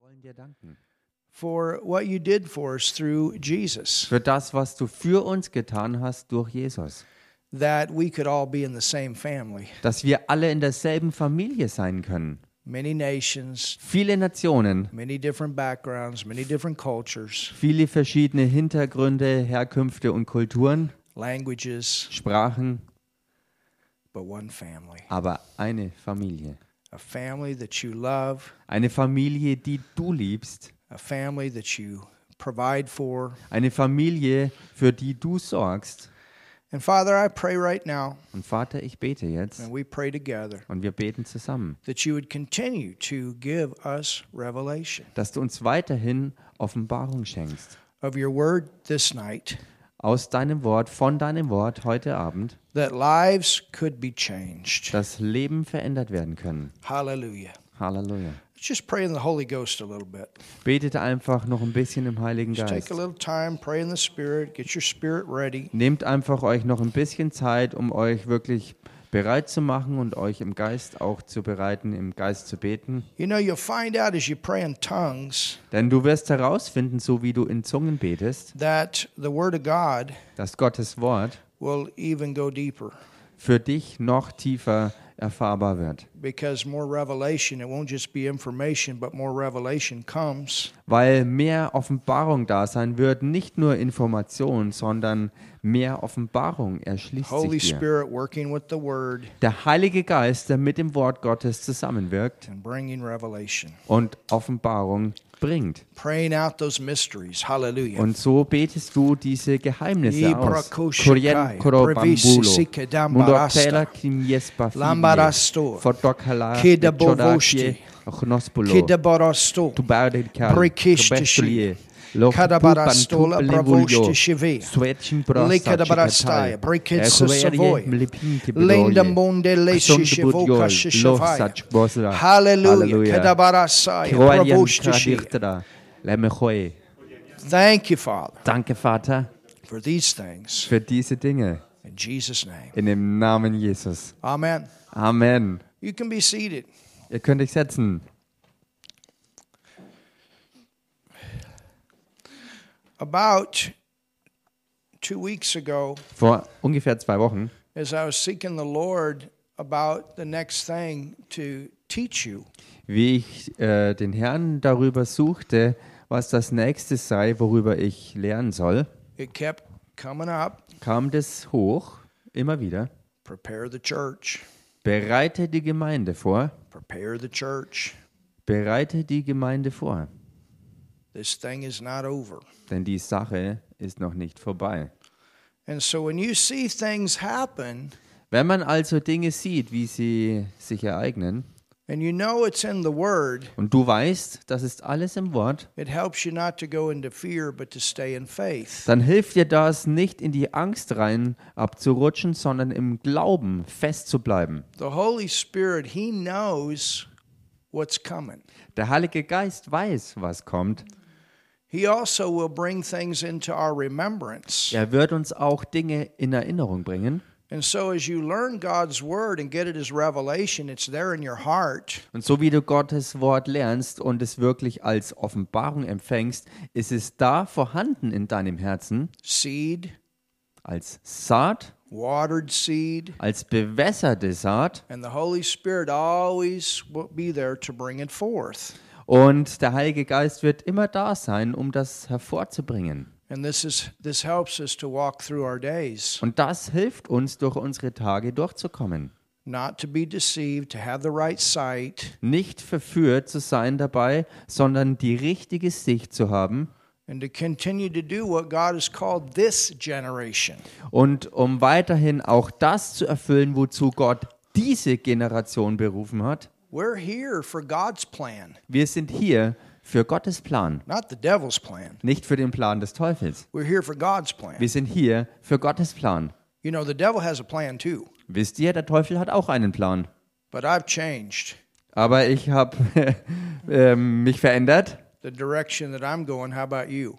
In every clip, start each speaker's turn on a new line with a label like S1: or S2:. S1: wollen dir danken
S2: for what you did for us through Jesus,
S1: für das, was du für uns getan hast durch Jesus.
S2: that we could all be in the same family.
S1: Dass wir alle in derselben Familie sein können.
S2: Many nations,
S1: Viele Nationen,
S2: many different backgrounds, many different cultures,
S1: viele verschiedene Hintergründe, Herkünfte und Kulturen,
S2: languages,
S1: Sprachen,
S2: but one family.
S1: aber eine Familie.
S2: A family that you love,
S1: Eine Familie, die du liebst.
S2: a family that you provide for.
S1: Eine Familie, für die du sorgst.
S2: And Father, I pray right now,
S1: Und Vater, ich bete jetzt
S2: and we pray together,
S1: und wir beten zusammen,
S2: that you would continue to give us revelation
S1: dass du uns weiterhin Offenbarung schenkst.
S2: of your word this night,
S1: Aus deinem Wort, von deinem Wort heute Abend,
S2: that lives could be changed.
S1: dass Leben verändert werden können.
S2: Hallelujah.
S1: Halleluja.
S2: Let's just pray in the Holy Ghost a little bit.
S1: Betet einfach noch ein bisschen im Heiligen
S2: Just take
S1: Geist.
S2: a little time, pray in the Spirit, get your spirit ready.
S1: Nehmt einfach euch noch ein bisschen Zeit, um euch wirklich bereit zu machen und euch im Geist auch zu bereiten, im Geist zu beten.
S2: You know, you'll find out as you pray in tongues
S1: Denn du wirst herausfinden, so wie du in Zungen betest,
S2: that the Word of God
S1: dass Gottes Wort
S2: will even go deeper
S1: für dich noch tiefer erfahrbar wird.
S2: because more revelation, it won't just be information, but more revelation comes
S1: Weil mehr Offenbarung da sein wird, nicht nur Information, sondern mehr Offenbarung erschließt
S2: Holy
S1: sich dir.
S2: Spirit working with the Word
S1: Der Heilige Geist, der mit dem Wort Gottes zusammenwirkt
S2: and bringing revelation.
S1: und Offenbarung bringt.
S2: Praying out those mysteries. Hallelujah.
S1: Und so betest du diese Geheimnisse aus.
S2: Ibrakoshakai,
S1: Kurien korobambulo,
S2: Previsisikedambarasta,
S1: mundoktela kimjespafilie,
S2: Lambarasto,
S1: fordokala
S2: Kedaborosti,
S1: chodakie, ochnospulo,
S2: Kidabarasto.
S1: tubardenkal,
S2: Brikistishi,
S1: kobestulie,
S2: Kadabarastola,
S1: lochpupantupelivulio,
S2: Bravostischewe,
S1: swetchen prosa
S2: Likadabarastaya,
S1: chikatai,
S2: Brikitsasavoy,
S1: erhoverje mlipinkibedoje,
S2: Lindambunde leshishivoka
S1: Ksundbudiol,
S2: shishivaya.
S1: Lohsachbosra.
S2: Hallelujah.
S1: Halleluja.
S2: Kedabarasaya,
S1: Kroalien
S2: Bravostishi.
S1: kadichtera, lemechoi.
S2: Thank you, Father,
S1: Danke, Vater,
S2: for these things.
S1: für diese Dinge.
S2: In Jesus' name.
S1: In dem Namen Jesus.
S2: Amen.
S1: Amen.
S2: You can be seated.
S1: Ihr könnt euch setzen.
S2: About two weeks ago,
S1: Vor ungefähr zwei Wochen,
S2: as I was seeking the Lord about the next thing to teach you,
S1: wie ich äh, den Herrn darüber suchte, was das nächste sei, worüber ich lernen soll,
S2: it kept coming up.
S1: kam das hoch, immer wieder.
S2: Prepare the church.
S1: Bereite die Gemeinde vor.
S2: Prepare the church.
S1: Bereite die Gemeinde vor.
S2: This thing is not over.
S1: Denn die Sache ist noch nicht vorbei.
S2: And so when you see things happen
S1: Wenn man also Dinge sieht, wie sie sich ereignen,
S2: and you know it's in the Word,
S1: und du weißt, das ist alles im Wort,
S2: it helps you not to go into fear but to stay in faith.
S1: dann hilft dir das, nicht in die Angst rein abzurutschen, sondern im Glauben fest zu bleiben.
S2: The Holy Spirit, He knows what's coming.
S1: Der Heilige Geist weiß, was kommt.
S2: He also will bring things into our remembrance.
S1: Er wird uns auch Dinge in Erinnerung bringen.
S2: And so, as you learn God's Word and get it as revelation, it's there in your heart.
S1: Und so wie du Gottes Wort lernst und es wirklich als Offenbarung empfängst, ist es da vorhanden in deinem Herzen
S2: Seed,
S1: als Saat,
S2: watered seed,
S1: als bewässerte Saat.
S2: and the Holy Spirit always will be there to bring it forth.
S1: Und der Heilige Geist wird immer da sein, um das hervorzubringen.
S2: And this is this helps us to walk through our days,
S1: Und das hilft uns, durch unsere Tage durchzukommen.
S2: not to be deceived, to have the right sight,
S1: nicht verführt zu sein dabei, sondern die richtige Sicht zu haben
S2: and to continue to do what God has called this generation.
S1: und um weiterhin auch das zu erfüllen, wozu Gott diese Generation berufen hat.
S2: We're here for God's plan,
S1: Wir sind hier für Gottes Plan,
S2: not the devil's plan.
S1: nicht für den Plan des Teufels.
S2: We're here for God's plan.
S1: Wir sind hier für Gottes Plan.
S2: You know, the devil has a plan too,
S1: Wisst ihr, der Teufel hat auch einen Plan.
S2: but I've changed.
S1: Aber ich habe ähm, mich verändert.
S2: the direction that I'm going. How about you?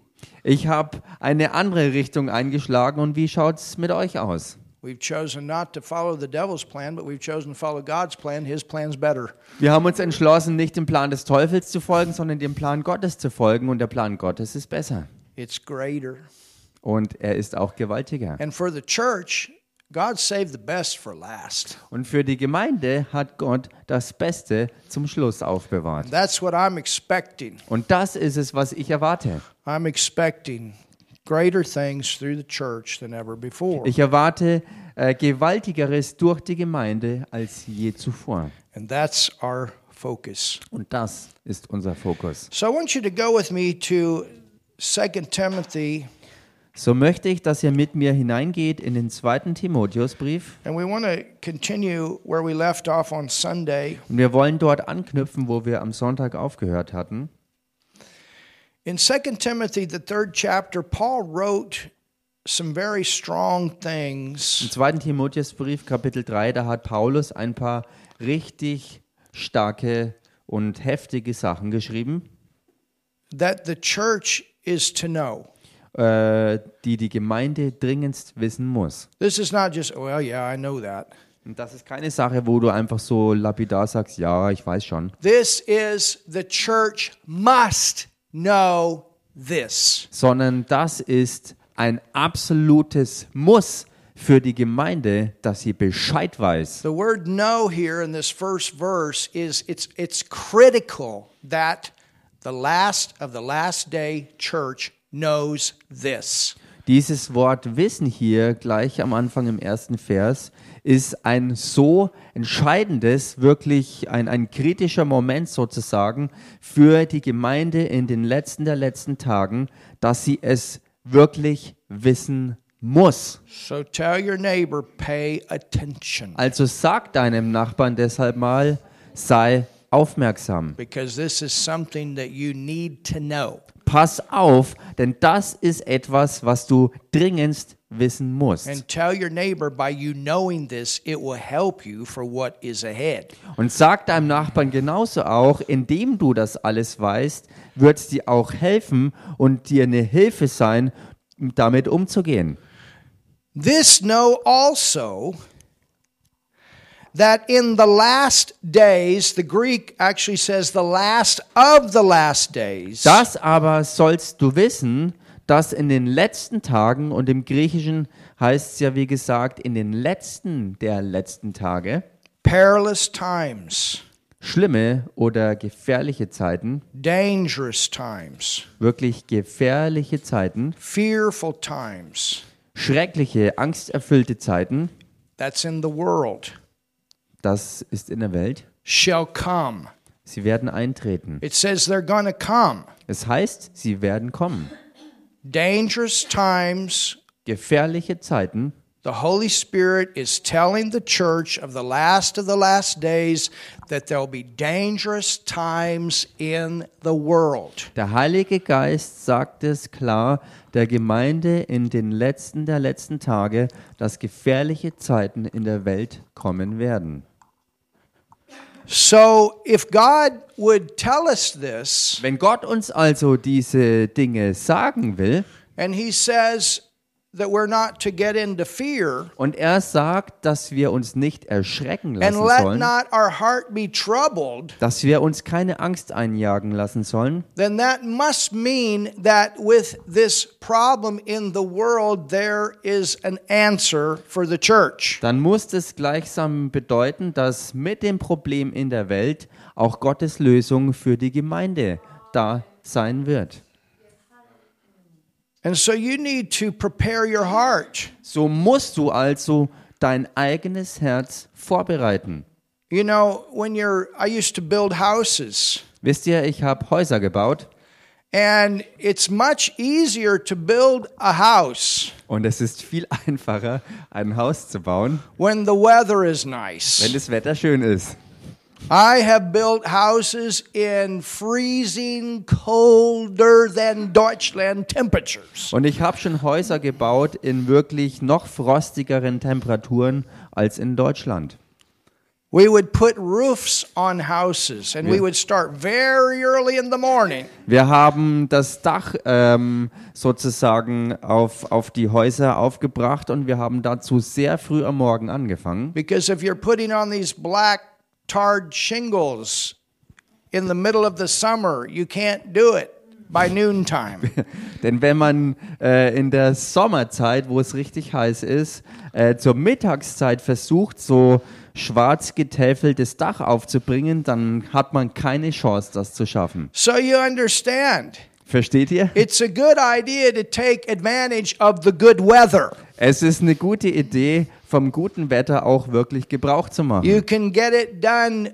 S1: Ich habe eine andere Richtung eingeschlagen und wie schaut's mit euch aus?
S2: We've chosen not to follow the devil's plan, but we've chosen to follow God's plan. His plan's better.
S1: Wir haben uns entschlossen, nicht dem Plan des Teufels zu folgen, sondern dem Plan Gottes zu folgen. Und der Plan Gottes ist besser.
S2: It's greater.
S1: Und er ist auch gewaltiger.
S2: And for the church, God saved the best for last.
S1: Und für die Gemeinde hat Gott das Beste zum Schluss aufbewahrt.
S2: That's what I'm expecting.
S1: Und das ist es, was ich erwarte.
S2: I'm expecting greater things through the church than ever before.
S1: Ich erwarte äh, Gewaltigeres durch die Gemeinde als je zuvor.
S2: And that's our focus.
S1: Und das ist unser Fokus.
S2: So I want you to go with me to 2 Timothy,
S1: So möchte ich, dass ihr mit mir hineingeht in den zweiten Timotheusbrief.
S2: and we want to continue where we left off on Sunday.
S1: Und wir wollen dort anknüpfen, wo wir am Sonntag aufgehört hatten.
S2: In 2 Timothy, the third chapter, Paul wrote some very strong
S1: Im
S2: things
S1: zweiten Timotheusbrief, Kapitel 3, da hat Paulus ein paar richtig starke und heftige Sachen geschrieben,
S2: that the church is to know.
S1: äh, die die Gemeinde dringendst wissen muss.
S2: This is not just, well, yeah, I know that.
S1: Und das ist keine Sache, wo du einfach so lapidar sagst, ja, ich weiß schon,
S2: This is the church must know this.
S1: sondern das ist ein absolutes Muss für die Gemeinde, dass sie Bescheid weiß.
S2: The word know here in this first verse is it's it's critical that the last of the last day church knows this.
S1: Dieses Wort Wissen hier gleich am Anfang im ersten Vers ist ein so entscheidendes, wirklich ein, ein kritischer Moment sozusagen für die Gemeinde in den letzten der letzten Tagen, dass sie es wirklich wissen muss.
S2: So tell your neighbor pay attention
S1: Also sag deinem Nachbarn deshalb mal, sei aufmerksam.
S2: because this is something that you need to know.
S1: Pass auf, denn das ist etwas, was du dringendst wissen musst.
S2: And tell your neighbor by you knowing this it will help you for what is ahead.
S1: Und sag deinem Nachbarn genauso auch, indem du das alles weißt, wird es dir auch helfen und dir eine Hilfe sein, damit umzugehen.
S2: This know also that in the last days, the Greek actually says the last of the last days,
S1: Das aber sollst du wissen, dass in den letzten Tagen, und im Griechischen heißt es ja wie gesagt, in den letzten der letzten Tage,
S2: perilous times,
S1: schlimme oder gefährliche Zeiten,
S2: dangerous times,
S1: wirklich gefährliche Zeiten,
S2: fearful times.
S1: schreckliche, angsterfüllte Zeiten,
S2: That's in the world,
S1: das ist in der Welt,
S2: shall come.
S1: sie werden eintreten.
S2: It says they're going to come.
S1: Es heißt, sie werden kommen.
S2: Dangerous times.
S1: Gefährliche Zeiten.
S2: The Holy Spirit is telling the church of the last of the last days that there'll be dangerous times in the world.
S1: Der Heilige Geist sagt es klar der Gemeinde in den letzten der letzten Tage, dass gefährliche Zeiten in der Welt kommen werden.
S2: So, if God would tell us this,
S1: Wenn Gott uns also diese Dinge sagen will
S2: and He says that we're not to get into fear,
S1: und er sagt, dass wir uns nicht erschrecken
S2: and
S1: lassen
S2: let
S1: sollen,
S2: not our heart be troubled,
S1: dass wir uns keine Angst einjagen lassen sollen,
S2: then that must mean that with this problem in the world, there is an answer for the church.
S1: dann muss das gleichsam bedeuten, dass mit dem Problem in der Welt auch Gottes Lösung für die Gemeinde da sein wird.
S2: And so you need to prepare your heart.
S1: So musst du also dein eigenes Herz vorbereiten.
S2: You know, when you're, I used to build houses,
S1: Wisst ihr, ich habe Häuser gebaut
S2: and it's much easier to build a house
S1: und es ist viel einfacher, ein Haus zu bauen,
S2: when the weather is
S1: wenn
S2: nice.
S1: das Wetter schön ist.
S2: I have built houses in freezing, colder than Deutschland temperatures.
S1: Und ich habe schon Häuser gebaut in wirklich noch frostigeren Temperaturen als in Deutschland.
S2: We would put roofs on houses and we would start very early in the morning.
S1: Wir haben das Dach ähm, sozusagen auf, auf die Häuser aufgebracht und wir haben dazu sehr früh am Morgen angefangen.
S2: Because if you're putting on these black tarred shingles in the middle of the summer, you can't do it by noontime.
S1: Denn wenn man äh, in der Sommerzeit, wo es richtig heiß ist, äh, zur Mittagszeit versucht, so schwarz getäfeltes Dach aufzubringen, dann hat man keine Chance, das zu schaffen.
S2: so you understand,
S1: Versteht ihr?
S2: it's a good idea to take advantage of the good weather.
S1: Es ist eine gute Idee, vom guten Wetter auch wirklich Gebrauch zu machen.
S2: You can get it done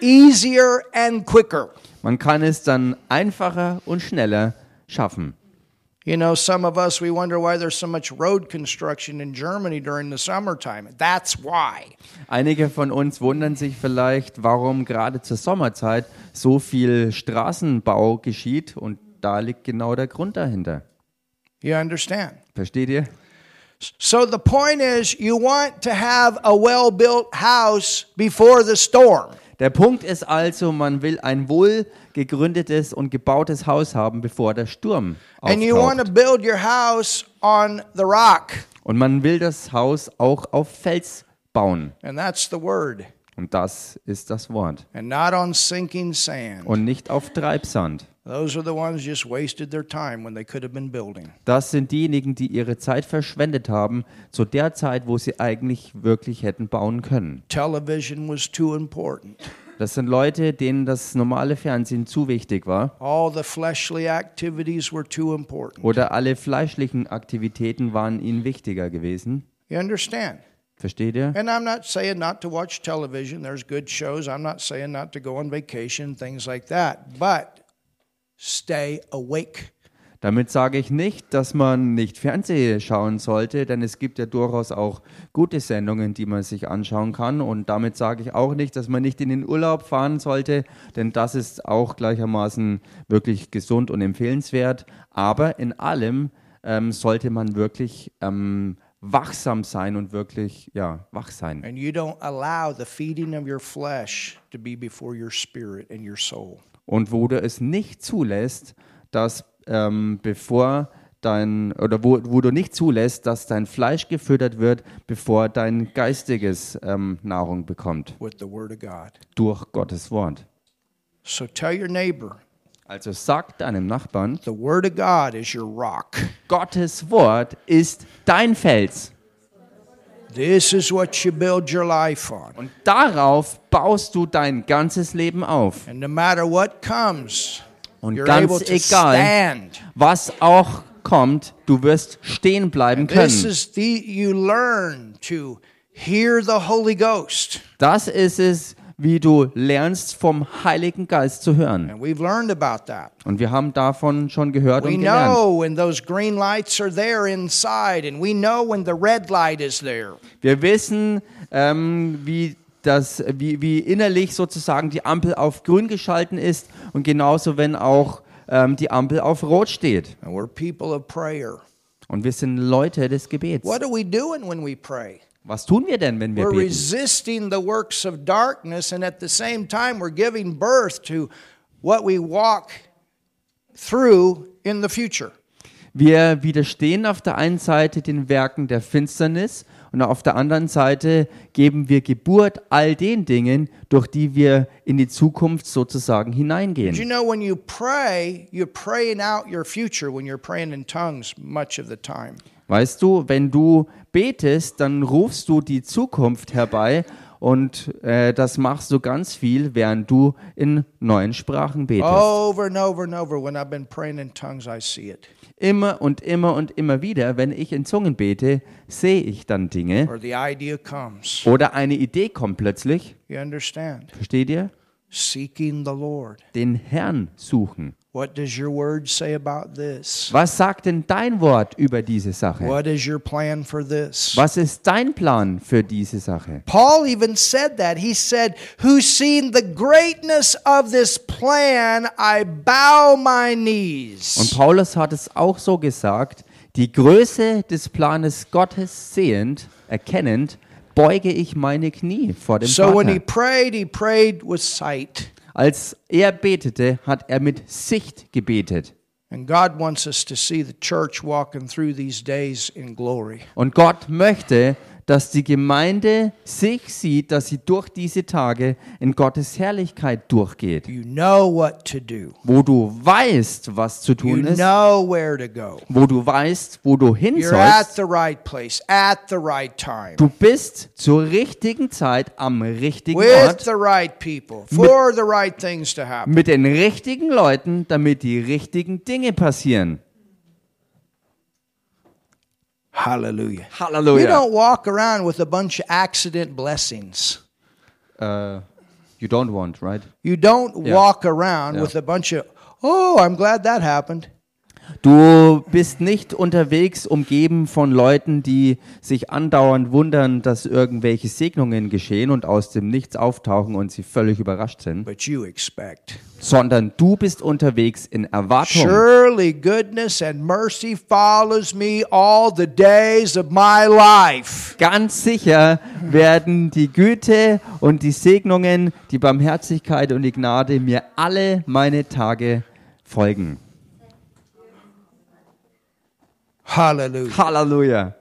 S2: easier and quicker.
S1: Man kann es dann einfacher und schneller schaffen.
S2: You know, some of us, we wonder why there's so much road construction in Germany during the summertime. That's why.
S1: Einige von uns wundern sich vielleicht, warum gerade zur Sommerzeit so viel Straßenbau geschieht und da liegt genau der Grund dahinter.
S2: You understand?
S1: Versteht ihr?
S2: So the point is, you want to have a well built house before the storm.
S1: Der Punkt ist also, man will ein wohl gegründetes und gebautes Haus haben, bevor der Sturm
S2: And you want
S1: auftaucht.
S2: to build your house on the rock.
S1: Und man will das Haus auch auf Fels bauen.
S2: And that's the word.
S1: Und das ist das Wort.
S2: And not on sinking sand.
S1: Und nicht auf Treibsand.
S2: Those are the ones just wasted their time when they could have been building.
S1: Das sind diejenigen, die ihre Zeit verschwendet haben, zu der Zeit, wo sie eigentlich wirklich hätten bauen können.
S2: Television was too important.
S1: Das sind Leute, denen das normale Fernsehen zu wichtig war
S2: All the fleshly activities were too important.
S1: oder alle fleischlichen Aktivitäten waren ihnen wichtiger gewesen.
S2: You understand?
S1: Versteht ihr?
S2: And I'm not saying not to watch television. There's good shows. I'm not saying not to go on vacation, things like that. But stay awake.
S1: Damit sage ich nicht, dass man nicht Fernsehen schauen sollte, denn es gibt ja durchaus auch gute Sendungen, die man sich anschauen kann. Und damit sage ich auch nicht, dass man nicht in den Urlaub fahren sollte, denn das ist auch gleichermaßen wirklich gesund und empfehlenswert. Aber in allem ähm, sollte man wirklich ähm, wachsam sein und wirklich ja wach sein.
S2: And you don't allow the feeding of your flesh to be before your spirit and your soul.
S1: und wo du es nicht zulässt, dass ähm, bevor dein oder wo, wo du nicht zulässt, dass dein Fleisch gefüttert wird, bevor dein geistiges ähm, Nahrung bekommt
S2: with the Word of God.
S1: durch Gottes Wort.
S2: So tell your neighbor,
S1: Also sag deinem Nachbarn,
S2: the Word of God is your rock.
S1: Gottes Wort ist dein Fels
S2: This is what you build your life on.
S1: und darauf baust du dein ganzes Leben auf.
S2: And no matter what comes,
S1: Und
S2: you're able
S1: ganz
S2: to
S1: egal,
S2: stand.
S1: was auch kommt, du wirst stehen bleiben
S2: This
S1: können.
S2: is the you learn to hear the Holy Ghost.
S1: Das ist es, wie du lernst, vom Heiligen Geist zu hören.
S2: And we've learned about that.
S1: Und wir haben davon schon gehört
S2: We
S1: und gelernt.
S2: know when those green lights are there inside, and we know when the red light is there.
S1: Wir wissen, ähm, wie, das, wie, wie innerlich sozusagen die Ampel auf grün geschalten ist und genauso, wenn auch ähm, die Ampel auf rot steht.
S2: And we're people of prayer.
S1: Und wir sind Leute des Gebets.
S2: What are we doing when we pray?
S1: Was tun wir denn, wenn wir
S2: We're
S1: beten?
S2: resisting the works of darkness, and at the same time, we're giving birth to what we walk through in the future.
S1: Wir widerstehen auf der einen Seite den Werken der Finsternis und auf der anderen Seite geben wir Geburt all den Dingen, durch die wir in die Zukunft sozusagen
S2: Do you
S1: hineingehen.
S2: know when you pray, you're praying out your future when you're praying in tongues much of the time.
S1: Weißt du, wenn du betest, dann rufst du die Zukunft herbei und äh, das machst du ganz viel, während du in neuen Sprachen betest.
S2: Over and over and over, when I've been praying in tongues, I see it.
S1: Immer und immer und immer wieder, wenn ich in Zungen bete, sehe ich dann Dinge
S2: Or the idea comes.
S1: oder eine Idee kommt plötzlich,
S2: You understand?
S1: versteht ihr?
S2: Seeking the Lord.
S1: den Herrn suchen.
S2: What does your word say about this?
S1: Was sagt denn dein Wort über diese Sache?
S2: What is your plan for this?
S1: Was ist dein Plan für diese Sache?
S2: Paul even said that. He said, Who seen the greatness of this plan, I bow my
S1: Und
S2: knees.
S1: Paulus hat es auch so gesagt, die Größe des Planes Gottes sehend, erkennend, beuge ich meine Knie vor dem
S2: So when
S1: Vater.
S2: he prayed, he prayed with sight.
S1: Als er betete, hat er mit Sicht gebetet.
S2: And God wants us to see the church walking through these days in glory.
S1: Und Gott möchte, dass die Gemeinde sich sieht, dass sie durch diese Tage in Gottes Herrlichkeit durchgeht,
S2: You know what to do,
S1: wo du weißt, was zu
S2: you
S1: tun ist,
S2: know where to go.
S1: wo du weißt, wo du hin
S2: You're at
S1: sollst.
S2: the right place at the right time
S1: Du bist zur richtigen Zeit am richtigen
S2: with
S1: Ort
S2: the right people for the right things to happen.
S1: mit den richtigen Leuten, damit die richtigen Dinge passieren.
S2: Hallelujah. You
S1: Halleluja.
S2: don't walk around with a bunch of accident blessings.
S1: Äh, you don't want, right?
S2: You don't
S1: Yeah.
S2: walk around
S1: Yeah.
S2: with a bunch of, oh, I'm glad that happened.
S1: Du bist nicht unterwegs umgeben von Leuten, die sich andauernd wundern, dass irgendwelche Segnungen geschehen und aus dem Nichts auftauchen und sie völlig überrascht sind,
S2: But you expect.
S1: sondern du bist unterwegs in Erwartung.
S2: Surely goodness and mercy follows me all the days of my life.
S1: Ganz sicher werden die Güte und die Segnungen, die Barmherzigkeit und die Gnade mir alle meine Tage folgen.
S2: Hallelujah.
S1: Halleluja.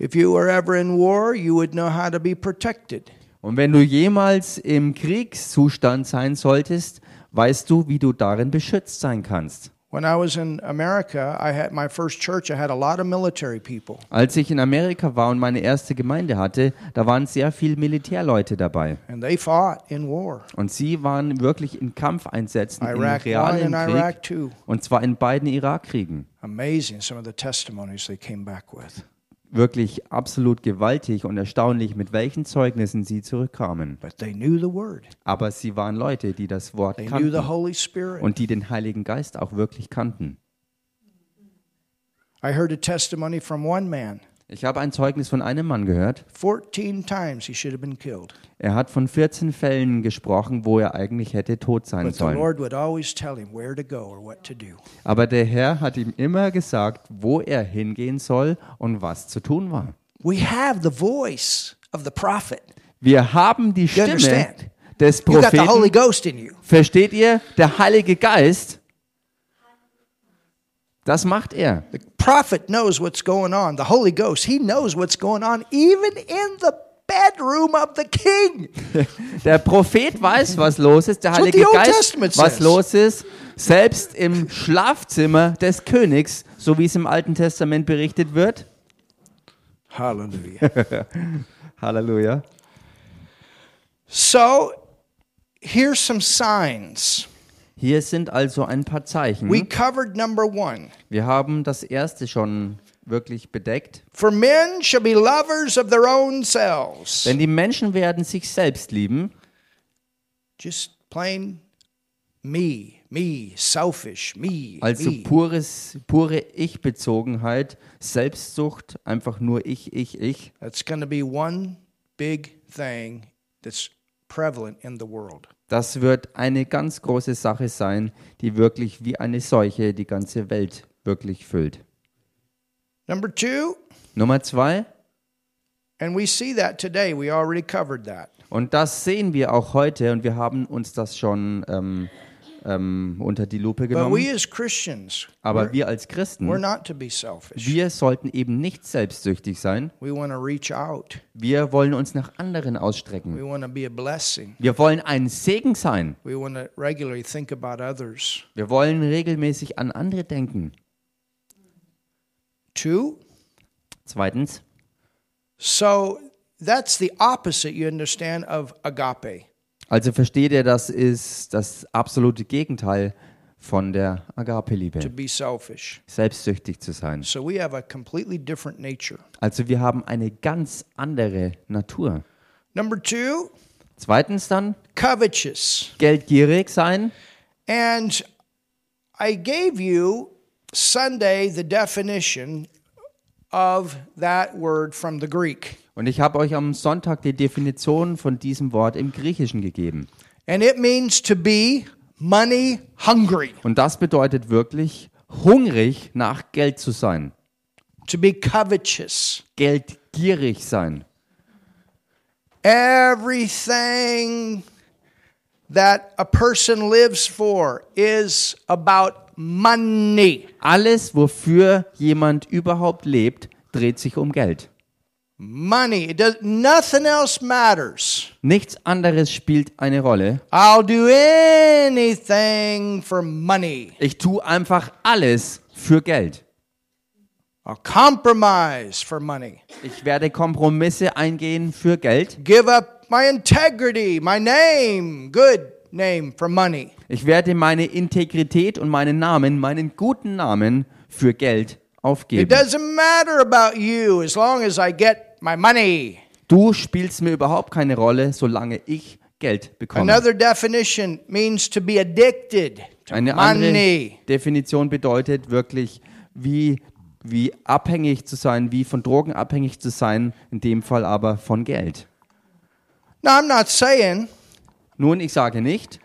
S2: If you were ever in war, you would know how to be protected.
S1: Und wenn du jemals im Kriegszustand sein solltest, weißt du, wie du darin beschützt sein kannst.
S2: When I was in America, I had my first church, I had a lot of military people.
S1: Als ich in Amerika war und meine erste Gemeinde hatte, da waren sehr viele Militärleute dabei.
S2: And they fought in war.
S1: Und sie waren wirklich in Kampfeinsätzen, in
S2: Iraq one
S1: realen
S2: and Iraq
S1: Krieg,
S2: two.
S1: und zwar in beiden Irakkriegen.
S2: Amazing some of the testimonies they came back with.
S1: Wirklich absolut gewaltig und erstaunlich, mit welchen Zeugnissen sie zurückkamen.
S2: But they knew the word.
S1: Aber sie waren Leute, die das Wort
S2: They knew the
S1: kannten
S2: Holy Spirit.
S1: und die den Heiligen Geist auch wirklich kannten.
S2: I heard a testimony from one man.
S1: Ich habe ein Zeugnis von einem Mann gehört,
S2: 14 times he should have been killed.
S1: Er hat von 14 Fällen gesprochen, wo er eigentlich hätte tot sein
S2: But the
S1: sollen.
S2: Lord would always tell him where to go or what to do.
S1: Aber der Herr hat ihm immer gesagt, wo er hingehen soll und was zu tun war.
S2: We have the voice of the prophet.
S1: Wir haben die Stimme
S2: understand?
S1: des
S2: You got the Holy
S1: Propheten.
S2: Ghost in you.
S1: Versteht ihr? Der Heilige Geist, das macht er.
S2: The prophet knows what's going on. The Holy Ghost, he knows what's going on even in the bedroom of the king.
S1: Der Prophet weiß, was los ist. Der
S2: what
S1: Heilige
S2: the Old
S1: Geist,
S2: Testament
S1: was
S2: says.
S1: los ist. Selbst im Schlafzimmer des Königs, so wie es im Alten Testament berichtet wird.
S2: Hallelujah.
S1: Halleluja.
S2: so, here's some signs.
S1: Hier sind also ein paar Zeichen.
S2: We covered number 1.
S1: Wir haben das erste schon wirklich bedeckt.
S2: For men shall be lovers of their own selves.
S1: Denn die Menschen werden sich selbst lieben.
S2: just plain me, me, selfish, me,
S1: Also
S2: me.
S1: pures, pure Ich-Bezogenheit, Selbstsucht, einfach nur ich, ich, ich.
S2: That's going to be one big thing that's prevalent in the world.
S1: Das wird eine ganz große Sache sein, die wirklich wie eine Seuche die ganze Welt wirklich füllt.
S2: Number two,
S1: Nummer zwei,
S2: and we see that today. We already covered that.
S1: und das sehen wir auch heute, und wir haben uns das schon ähm, ähm, unter die Lupe
S2: But we
S1: genommen.
S2: as Christians,
S1: Aber wir als Christen,
S2: we're not to be selfish.
S1: wir sollten eben nicht selbstsüchtig sein.
S2: We want to reach out.
S1: Wir wollen uns nach anderen ausstrecken.
S2: We want to be a blessing.
S1: Wir wollen ein Segen sein.
S2: We want to regularly think about others.
S1: Wir wollen regelmäßig an andere denken.
S2: Two,
S1: Zweitens,
S2: so that's the opposite, you understand, of agape.
S1: also versteht ihr, das ist das absolute Gegenteil von der
S2: to
S1: Agape-Liebe,
S2: be selfish.
S1: selbstsüchtig zu sein.
S2: So we have a completely different nature.
S1: Also wir haben eine ganz andere Natur.
S2: Number two,
S1: Zweitens dann,
S2: covetous.
S1: geldgierig sein.
S2: And I gave you Sunday the definition of that word from the Greek.
S1: Und ich habe euch am Sonntag die Definition von diesem Wort im Griechischen gegeben.
S2: And it means to be money hungry.
S1: Und das bedeutet wirklich, hungrig nach Geld zu sein.
S2: to be covetous.
S1: geldgierig sein.
S2: Everything that a person lives for is about money.
S1: Alles, wofür jemand überhaupt lebt, dreht sich um Geld.
S2: Money. It does, nothing else matters.
S1: Nichts anderes spielt eine Rolle.
S2: I'll do anything for money.
S1: Ich tue einfach alles für Geld.
S2: I'll compromise for money.
S1: Ich werde Kompromisse eingehen für Geld.
S2: Give up my integrity, my name, good name for money.
S1: Ich werde meine Integrität und meinen Namen, meinen guten Namen für Geld
S2: It
S1: aufgeben.
S2: doesn't matter about you as long as I get my money.
S1: Du spielst mir überhaupt keine Rolle, solange ich Geld bekomme.
S2: Another definition means to be addicted to
S1: Eine andere
S2: money.
S1: Definition bedeutet wirklich, wie, wie abhängig zu sein, wie von Drogen abhängig zu sein, in dem Fall aber von Geld.
S2: Now, I'm not saying
S1: Nun, ich sage nicht,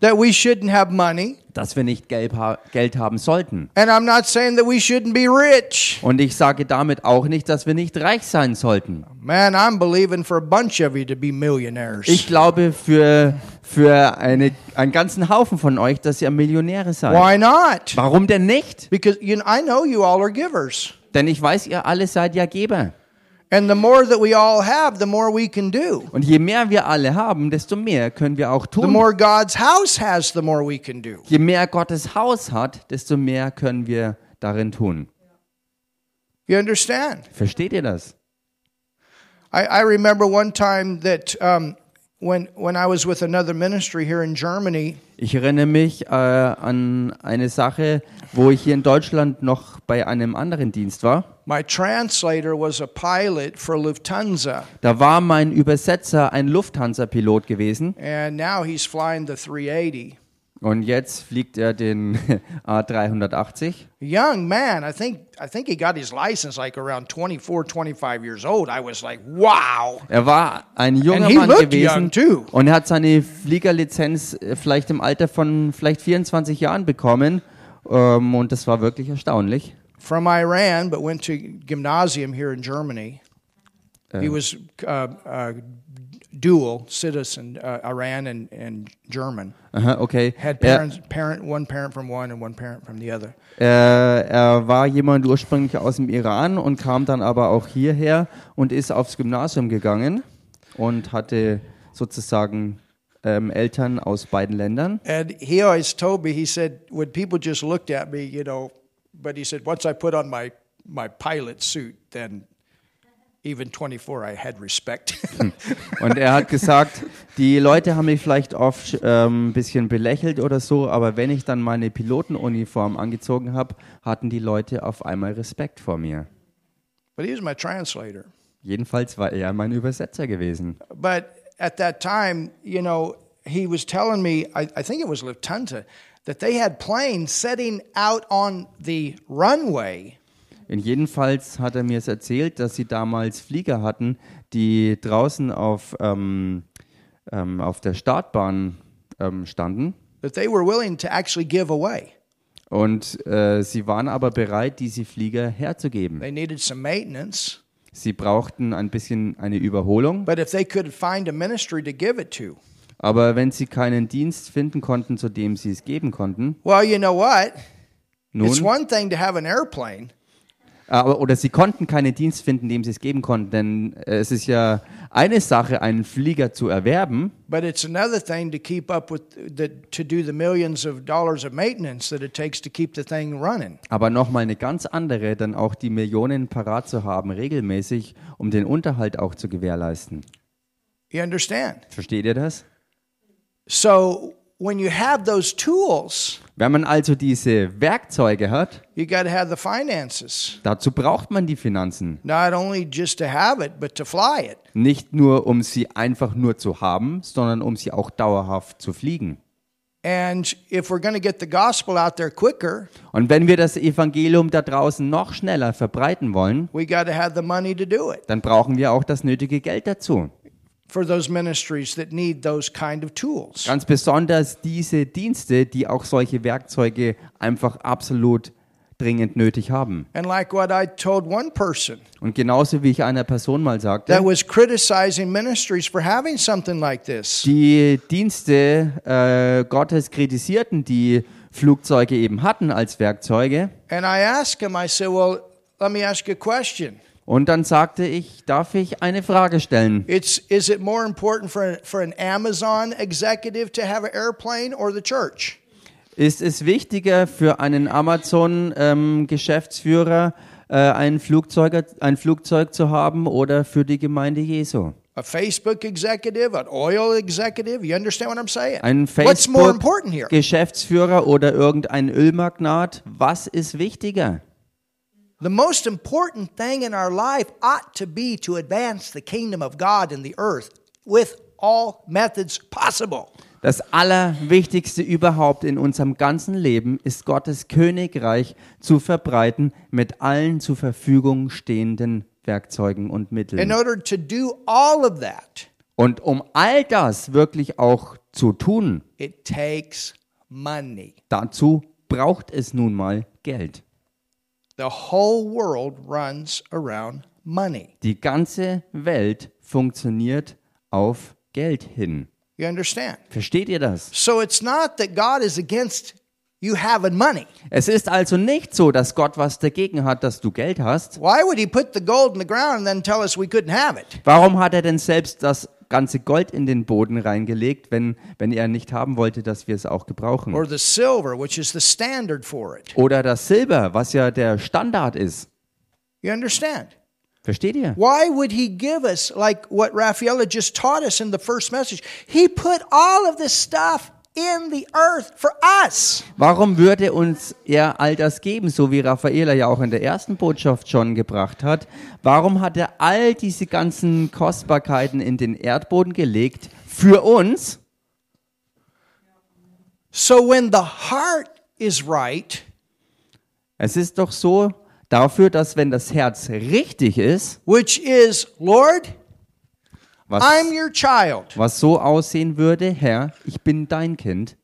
S2: that we shouldn't have money,
S1: dass wir nicht Geld, ha Geld haben sollten.
S2: and I'm not saying that we shouldn't be rich.
S1: Und ich sage damit auch nicht, dass wir nicht reich sein sollten.
S2: Man, I'm believing for a bunch of you to be millionaires.
S1: Ich glaube für, für eine, einen ganzen Haufen von euch, dass ihr Millionäre seid.
S2: Why not?
S1: Warum denn nicht?
S2: Because you know, I know you all are givers.
S1: Denn ich weiß, ihr alle seid ja Geber.
S2: And the more that we all have, the more we can do.
S1: Und je mehr wir alle haben, desto mehr können wir auch
S2: The
S1: tun.
S2: more God's house has, the more we can do.
S1: Je mehr Gottes Haus hat, desto mehr können wir darin tun.
S2: You understand?
S1: Versteht ihr das?
S2: I, I remember one time that um, when when I was with another ministry here in Germany,
S1: Ich erinnere mich äh, an eine Sache, wo ich hier in Deutschland noch bei einem anderen Dienst war.
S2: my translator was a pilot for Lufthansa,
S1: Da war mein Übersetzer ein Lufthansa-Pilot gewesen.
S2: and now he's flying the 380.
S1: Und jetzt fliegt er den A380.
S2: A young man, I think I think he got his license like around 24, 25 years old. I was like, wow.
S1: Er war ein junger
S2: And he
S1: Mann
S2: looked
S1: gewesen
S2: young too.
S1: und er hat seine Fliegerlizenz äh, vielleicht im Alter von vielleicht 24 Jahren bekommen. Ähm, Und das war wirklich erstaunlich.
S2: From Iran, but went to gymnasium here in Germany. He was uh, uh, dual citizen, uh, Iran and, and German.
S1: Aha, okay.
S2: had
S1: Er,
S2: parents, parent one parent from one and one parent from the other.
S1: er, Äh, er war jemand ursprünglich aus dem Iran und kam dann aber auch hierher und ist aufs Gymnasium gegangen und hatte sozusagen ähm, Eltern aus beiden Ländern.
S2: And he always told me, he said, when people just looked at me, you know, but he said, once I put on my my pilot suit, then even 24, I had respect.
S1: Und er hat gesagt, die Leute haben mich vielleicht oft ähm, ein bisschen belächelt oder so, aber wenn ich dann meine Pilotenuniform angezogen habe, hatten die Leute auf einmal Respekt vor mir.
S2: but he was my translator.
S1: Jedenfalls war er mein Übersetzer gewesen.
S2: But at that time, you know, he was telling me, I, I think it was Lufthansa, that they had planes setting out on the runway.
S1: Und jedenfalls hat er mir es erzählt, dass sie damals Flieger hatten, die draußen auf, ähm, ähm, auf der Startbahn ähm, standen.
S2: That they were willing to actually give away.
S1: Und äh, sie waren aber bereit, diese Flieger herzugeben.
S2: They needed some maintenance.
S1: Sie brauchten ein bisschen eine Überholung.
S2: But if they could find a ministry to give it to,
S1: Aber wenn sie keinen Dienst finden konnten, zu dem sie es geben konnten,
S2: well, you know what? It's
S1: nun,
S2: one thing to have an airplane,
S1: aber, oder sie konnten keinen Dienst finden, dem sie es geben konnten, denn äh, es ist ja eine Sache, einen Flieger zu erwerben,
S2: but it's another thing to keep up with the, to do the millions of dollars of maintenance that it takes to keep the thing running.
S1: aber nochmal eine ganz andere, dann auch die Millionen parat zu haben, regelmäßig, um den Unterhalt auch zu gewährleisten.
S2: You understand?
S1: Versteht ihr das?
S2: So when you have those tools,
S1: Wenn man also diese Werkzeuge hat,
S2: you got to have the finances,
S1: dazu braucht man die Finanzen.
S2: not only just to have it, but to fly it.
S1: Nicht nur, um sie einfach nur zu haben, sondern um sie auch dauerhaft zu fliegen.
S2: And if we're going to get the gospel out there quicker,
S1: Und wenn wir das Evangelium da draußen noch schneller verbreiten wollen,
S2: we got to have the money to do it
S1: dann brauchen wir auch das nötige Geld dazu.
S2: for those ministries that need those kind of tools.
S1: Ganz besonders diese Dienste, die auch solche Werkzeuge einfach absolut dringend nötig haben.
S2: And like what I told one person
S1: Und genauso wie ich einer Person mal
S2: that
S1: sagte,
S2: was criticizing ministries for having something like this,
S1: die Dienste äh, Gottes kritisierten die Flugzeuge eben hatten als Werkzeuge.
S2: and I asked him, I said, Well, let me ask you a question.
S1: Und dann sagte ich, darf ich eine Frage stellen?
S2: It's, is it more important for, for an Amazon executive to have an airplane or the church?
S1: Ist es wichtiger für einen Amazon-Geschäftsführer, äh, ein, Flugzeuger- ein Flugzeug zu haben oder für die Gemeinde Jesu?
S2: A Facebook executive, an oil executive? You understand what I'm saying?
S1: Ein
S2: What's more important here?
S1: Facebook-Geschäftsführer oder irgendein Ölmagnat? Was ist wichtiger?
S2: The most important thing in our life ought to be to advance the kingdom of God in the earth with all methods possible.
S1: Das Allerwichtigste überhaupt in unserem ganzen Leben ist Gottes Königreich zu verbreiten mit allen zur Verfügung stehenden Werkzeugen und
S2: In
S1: Mitteln.
S2: order to do all of that,
S1: Und um all das wirklich auch zu tun,
S2: it takes money.
S1: dazu braucht es nun mal Geld.
S2: The whole world runs around money.
S1: Die ganze Welt funktioniert auf Geld hin.
S2: You understand?
S1: Versteht ihr das?
S2: So it's not that God is against you having money.
S1: Es ist also nicht so, dass Gott was dagegen hat, dass du Geld hast.
S2: Why would he put the gold in the ground and then tell us we couldn't have it?
S1: Warum hat er denn selbst das ganze Gold in den Boden reingelegt, wenn, wenn er nicht haben wollte, dass wir es auch gebrauchen?
S2: Or the silver, which is the standard for it.
S1: Oder das Silber, was ja der Standard ist.
S2: You understand?
S1: Versteht ihr?
S2: Why would he give us, like what Raffaella just taught us in the first message? He put all of this stuff in the earth for us.
S1: Warum würde uns er all das geben, so wie Raffaela ja auch in der ersten Botschaft schon gebracht hat? Warum hat er all diese ganzen Kostbarkeiten in den Erdboden gelegt für uns?
S2: So when the heart is right,
S1: Es ist doch so dafür, dass wenn das Herz richtig ist,
S2: which is, Lord,
S1: was,
S2: I'm your child,
S1: was so aussehen würde, Herr, ich bin dein Kind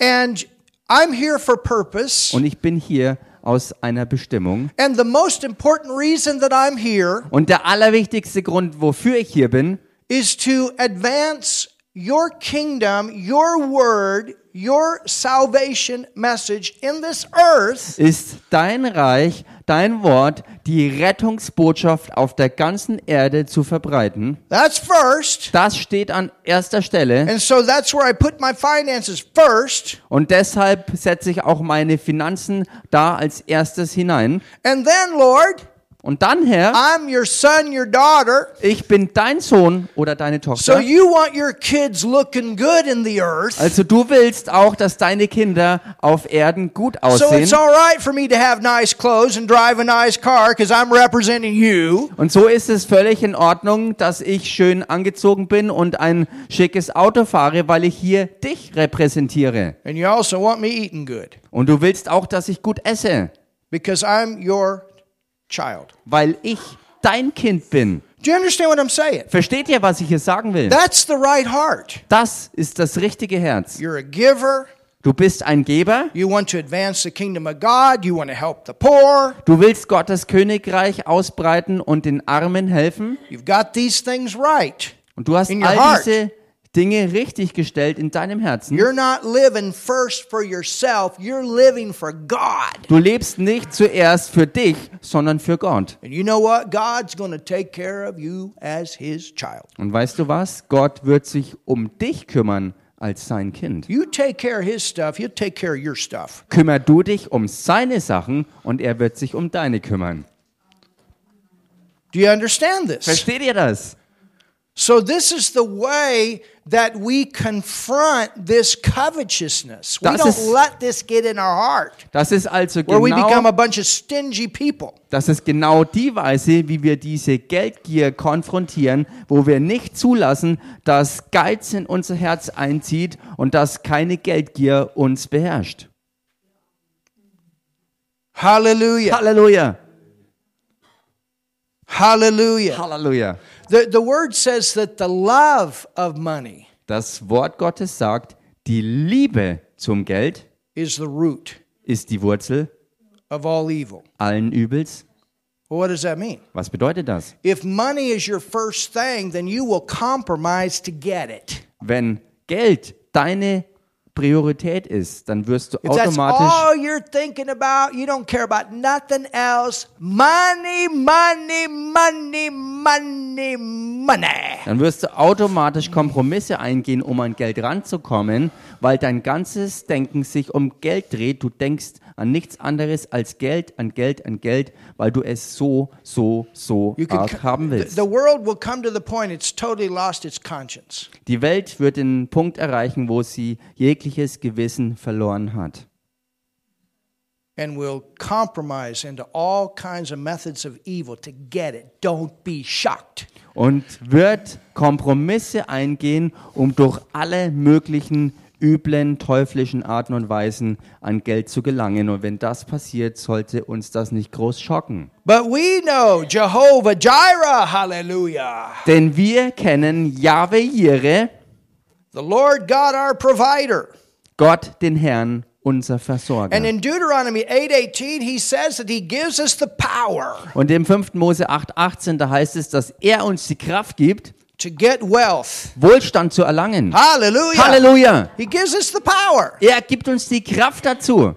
S2: and I'm here for purpose,
S1: und ich bin hier aus einer Bestimmung.
S2: and the most important reason that I'm here
S1: Und der allerwichtigste Grund, wofür ich hier bin,
S2: is to advance your kingdom, your word, your salvation message in this earth.
S1: ist dein Reich, dein Wort, die Rettungsbotschaft auf der ganzen Erde zu verbreiten.
S2: That's first.
S1: Das steht an erster Stelle
S2: And so that's where I put my finances first.
S1: und deshalb setze ich auch meine Finanzen da als erstes hinein.
S2: And then, Lord,
S1: Und dann, Herr,
S2: I'm your son, your daughter.
S1: ich bin dein Sohn oder deine
S2: So
S1: Tochter.
S2: you want your kids looking good in the earth.
S1: Also du willst auch, dass deine Kinder auf Erden gut
S2: So
S1: aussehen.
S2: it's all right for me to have nice clothes and drive a nice car because I'm representing you.
S1: Und so ist es völlig in Ordnung, dass ich schön angezogen bin und ein schickes Auto fahre, weil ich hier dich repräsentiere.
S2: And you also want me eating good
S1: Und du willst auch, dass ich gut esse,
S2: because I'm your child.
S1: weil ich dein Kind bin.
S2: Do you understand what I'm saying?
S1: Versteht ihr, was ich hier sagen will?
S2: That's the right heart.
S1: Das ist das richtige Herz.
S2: You're a giver.
S1: Du bist ein Geber,
S2: You want to advance the kingdom of God. You want to help the poor.
S1: du willst Gottes Königreich ausbreiten und den Armen helfen.
S2: You've got these things right.
S1: Und du hast
S2: In your heart.
S1: all diese Dinge richtig gestellt in deinem Herzen.
S2: You're not living first for yourself, you're living for God.
S1: Du lebst nicht zuerst für dich, sondern für Gott.
S2: And you know what? God's going to take care of you as his child.
S1: Und weißt du was? Gott wird sich um dich kümmern als sein Kind.
S2: You take care of his stuff, he'll take care of your stuff.
S1: Kümmer du dich um seine Sachen und er wird sich um deine kümmern.
S2: Do you understand this?
S1: Versteht ihr das?
S2: So, this is the way that we confront this covetousness. We
S1: Das
S2: don't
S1: ist-
S2: let this get in our heart
S1: Das ist also
S2: where we become
S1: genau,
S2: a bunch of stingy people.
S1: das ist genau die Weise, wie wir diese Geldgier konfrontieren, wo wir nicht zulassen, dass Geiz in unser Herz einzieht und dass keine Geldgier uns beherrscht.
S2: Hallelujah.
S1: Halleluja.
S2: Hallelujah.
S1: Halleluja.
S2: The, the word says that the love of money
S1: Das Wort Gottes sagt, die Liebe zum Geld
S2: is the root
S1: ist die Wurzel
S2: of all evil.
S1: allen Übels.
S2: Well, what does that mean?
S1: Was bedeutet das?
S2: If money is your first thing, then you will compromise to get it.
S1: Wenn Geld deine Priorität ist, dann wirst du
S2: If that's
S1: automatisch,
S2: all you're thinking about, you don't care about nothing else. Money, money, money, money, money.
S1: dann wirst du automatisch Kompromisse eingehen, um an Geld ranzukommen, weil dein ganzes Denken sich um Geld dreht. Du denkst an nichts anderes als Geld, an Geld, an Geld, weil du es so, so, so
S2: You can,
S1: arg haben
S2: the,
S1: willst.
S2: the world will come to the point it's totally lost its conscience.
S1: Die Welt wird den Punkt erreichen, wo sie jegliches Gewissen verloren hat.
S2: and will compromise into all kinds of methods of evil to get it. Don't be shocked.
S1: und wird Kompromisse eingehen, um durch alle möglichen üblen, teuflischen Arten und Weisen an Geld zu gelangen. Und wenn das passiert, sollte uns das nicht groß schocken.
S2: But we know Jehovah Jireh, hallelujah,
S1: Denn wir kennen Jahwe Jire,
S2: the Lord God our provider.
S1: Gott den Herrn, unser Versorger.
S2: And in Deuteronomy 8:18 he says that he gives us the power
S1: Und im 5. Mose 8,18, da heißt es, dass er uns die Kraft gibt,
S2: to get wealth.
S1: Wohlstand zu erlangen.
S2: Hallelujah.
S1: Halleluja!
S2: He gives us the power.
S1: Er gibt uns die Kraft dazu.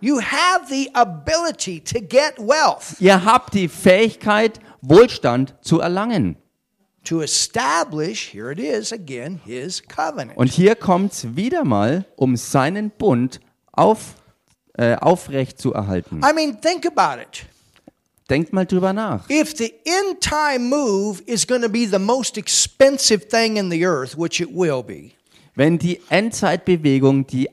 S2: You have the ability to get wealth,
S1: Ihr habt die Fähigkeit, Wohlstand zu erlangen.
S2: to establish, here it is again, his covenant.
S1: Und hier kommt es wieder mal, um seinen Bund auf, äh, aufrecht zu erhalten.
S2: I mean, think about it.
S1: Denkt mal drüber nach.
S2: If the end time move is going to be the most expensive thing in the earth, which it will be,
S1: Wenn die Endzeitbewegung die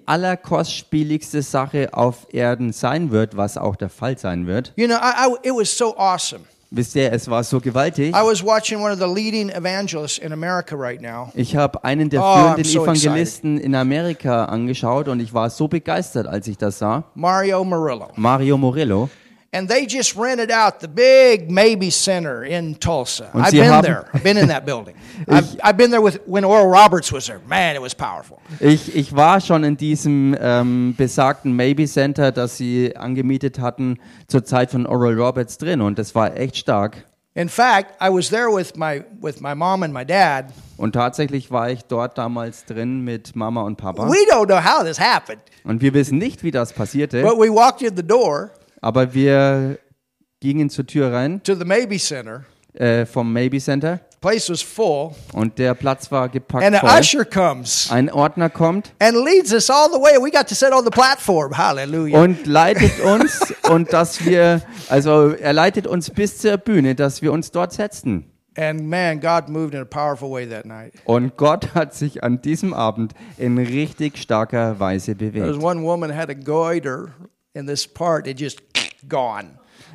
S1: allerkostspieligste Sache auf Erden sein wird, was auch der Fall sein wird,
S2: you know, I, I- it was so awesome.
S1: wisst ihr, es war so gewaltig.
S2: I was watching one of the leading evangelists in America right now,
S1: Ich habe einen der
S2: Oh, I'm
S1: führenden
S2: so
S1: Evangelisten in Amerika angeschaut und ich war so begeistert, als ich das sah.
S2: Mario Murillo,
S1: Mario Morello.
S2: and they just rented out the big Maybe Center in Tulsa.
S1: Und
S2: I've
S1: sie
S2: been
S1: haben-
S2: there. I've been in that building. I've, I've been there with when Oral Roberts was there. Man, it was powerful.
S1: Ich, ich war schon in diesem ähm, besagten Maybe Center, das sie angemietet hatten, zur Zeit von Oral Roberts drin und das war echt stark.
S2: In fact, I was there with my with my mom and my dad.
S1: Und tatsächlich war ich dort damals drin mit Mama und Papa.
S2: We don't know how this happened,
S1: Und wir wissen nicht, wie das passierte,
S2: but we walked in the door
S1: aber wir gingen zur Tür rein
S2: to the Maybe Center.
S1: äh, vom Maybe Center
S2: place was full
S1: und der Platz war gepackt
S2: and an
S1: voll.
S2: usher comes
S1: Ein Ordner kommt
S2: and leads us all the way we got to sit on the platform hallelujah
S1: und leitet uns und dass wir, also er leitet uns bis zur Bühne, dass wir uns dort setzen.
S2: and man god moved in a powerful way that night
S1: Und Gott hat sich an diesem Abend in richtig starker Weise
S2: there was
S1: bewegt.
S2: one woman had a goiter in this part it just gone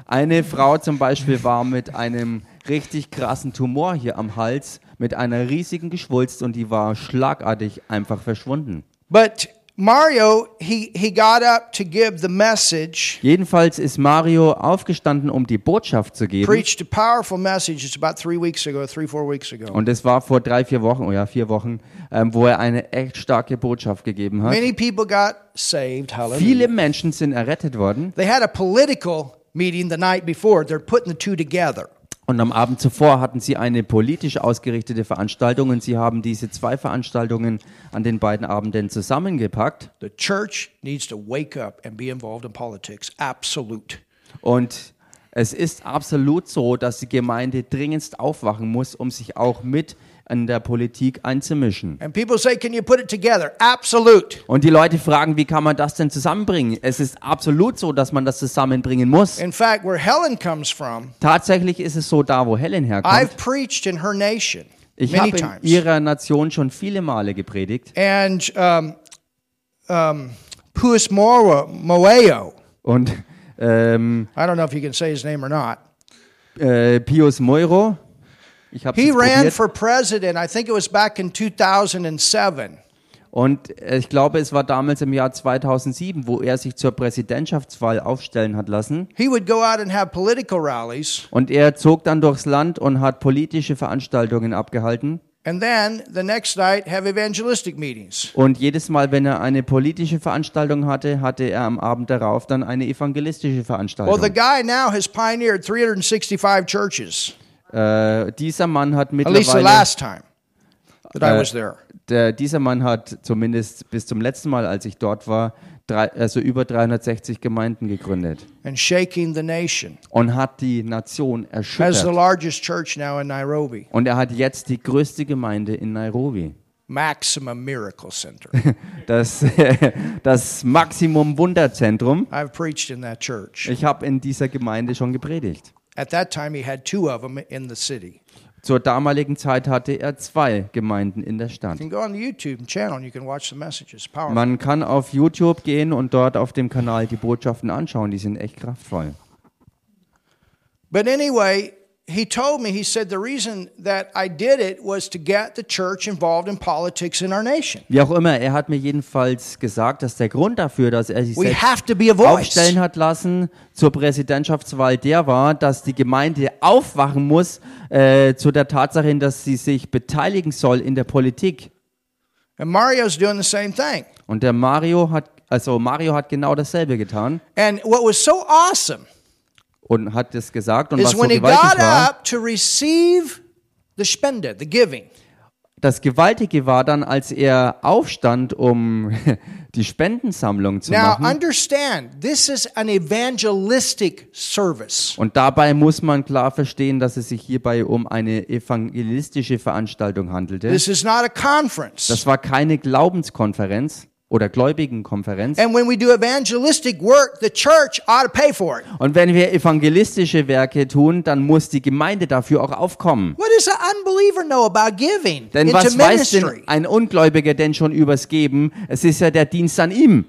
S1: Eine Frau zum Beispiel war mit einem richtig krassen Tumor hier am Hals, mit einer riesigen Geschwulst und die war schlagartig einfach verschwunden.
S2: but mario he he got up to give the message
S1: Jedenfalls ist Mario aufgestanden, um die Botschaft zu geben.
S2: preached a powerful message it's about three weeks ago three four weeks ago
S1: Und es war vor drei, vier Wochen, oh ja, vier Wochen, ähm, wo er eine echt starke Botschaft gegeben hat.
S2: many people got saved
S1: Viele
S2: hallelujah
S1: Menschen sind errettet worden.
S2: they had a political meeting the night before they're putting the two together
S1: Und am Abend zuvor hatten sie eine politisch ausgerichtete Veranstaltung und sie haben diese zwei Veranstaltungen an den beiden Abenden zusammengepackt.
S2: The church needs to wake up and be involved in politics. Absolute.
S1: Und es ist absolut so, dass die Gemeinde dringendst aufwachen muss, um sich auch mit in der Politik einzumischen.
S2: And people say, can you put it together? Absolute.
S1: Und die Leute fragen, wie kann man das denn zusammenbringen? Es ist absolut so, dass man das zusammenbringen muss.
S2: In fact, where Helen comes from,
S1: Tatsächlich ist es so da, wo Helen herkommt.
S2: I've preached in her nation
S1: Ich
S2: many
S1: habe in
S2: times.
S1: ihrer Nation schon viele Male gepredigt.
S2: and um, um, Puis Moro, Moeo,
S1: Und ähm,
S2: I don't know if you can say his name or not.
S1: äh, Pius Moiro. Ich habe
S2: He ran
S1: probiert.
S2: for president, I think it was back in 2007.
S1: Und äh, ich glaube, es war damals im Jahr 2007, wo er sich zur Präsidentschaftswahl aufstellen hat lassen.
S2: He would go out and have political rallies,
S1: Und er zog dann durchs Land und hat politische Veranstaltungen abgehalten.
S2: And then the next night, have evangelistic meetings.
S1: Und jedes Mal, wenn er eine politische Veranstaltung hatte, hatte er am Abend darauf dann eine evangelistische
S2: Well, the
S1: Veranstaltung.
S2: guy now has pioneered 365 churches,
S1: äh, dieser Mann hat
S2: at least the
S1: mittlerweile,
S2: last time that I
S1: Uh,
S2: was there.
S1: der, dieser Mann hat zumindest bis zum letzten Mal, als ich dort war, drei, also über 360 Gemeinden gegründet
S2: And shaking the nation
S1: und hat die Nation
S2: has the
S1: erschüttert.
S2: largest church now in Nairobi,
S1: Und er hat jetzt die größte Gemeinde in Nairobi.
S2: Maximum Miracle Center.
S1: Das, das Maximum Wunderzentrum.
S2: I've preached in that church.
S1: Ich habe in dieser Gemeinde schon gepredigt.
S2: At that time, he had two of them in the city.
S1: Zur damaligen Zeit hatte er zwei Gemeinden in der Stadt.
S2: You can go on the YouTube channel and you can watch the messages. Powerful.
S1: Man kann auf YouTube gehen und dort auf dem Kanal die Botschaften anschauen. Die sind echt kraftvoll.
S2: But anyway, he told me, he said, the reason that I did it was to get the church involved in politics in our nation.
S1: Wie auch immer, er hat mir jedenfalls gesagt, dass der Grund dafür, dass er sich
S2: We
S1: selbst
S2: have to be a voice.
S1: aufstellen hat lassen zur Präsidentschaftswahl, der war, dass die Gemeinde aufwachen muss äh, zu der Tatsache hin, dass sie sich beteiligen soll in der Politik.
S2: And Mario's doing the same thing.
S1: Und der Mario hat, also Mario hat genau dasselbe getan
S2: And what was so awesome
S1: und hat das gesagt und was
S2: is
S1: so
S2: when he
S1: gewaltig
S2: got
S1: war.
S2: up to receive the spende, the giving,
S1: Das Gewaltige war dann, als er aufstand, um die Spendensammlung zu
S2: Now,
S1: machen.
S2: understand, this is an evangelistic service.
S1: Und dabei muss man klar verstehen, dass es sich hierbei um eine evangelistische Veranstaltung handelte.
S2: This is not a conference.
S1: Das war keine Glaubenskonferenz oder Gläubigenkonferenz.
S2: And when we do evangelistic work, the church ought to pay for it.
S1: Und wenn wir evangelistische Werke tun, dann muss die Gemeinde dafür auch aufkommen.
S2: What does an unbeliever know about giving
S1: Denn
S2: into
S1: was weiß denn
S2: ministry?
S1: ein Ungläubiger denn schon übers Geben? Es ist ja der Dienst an ihm.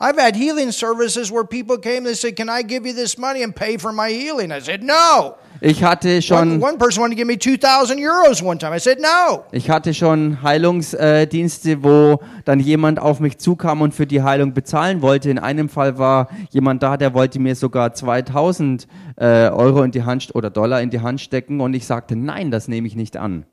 S2: I've had healing services where people came, they said, Can I give you this money and pay for my healing? I said, No.
S1: Ich hatte
S2: One,
S1: schon
S2: one person wanted to give me 2,000 euros one time. I said, No.
S1: Ich hatte schon Heilungsdienste, wo dann jemand auf mich zukam und für die Heilung bezahlen wollte. In einem Fall war jemand da, der wollte mir sogar 2000 äh, Euro in die Hand oder Dollar in die Hand stecken und ich sagte, nein, das nehme ich nicht an.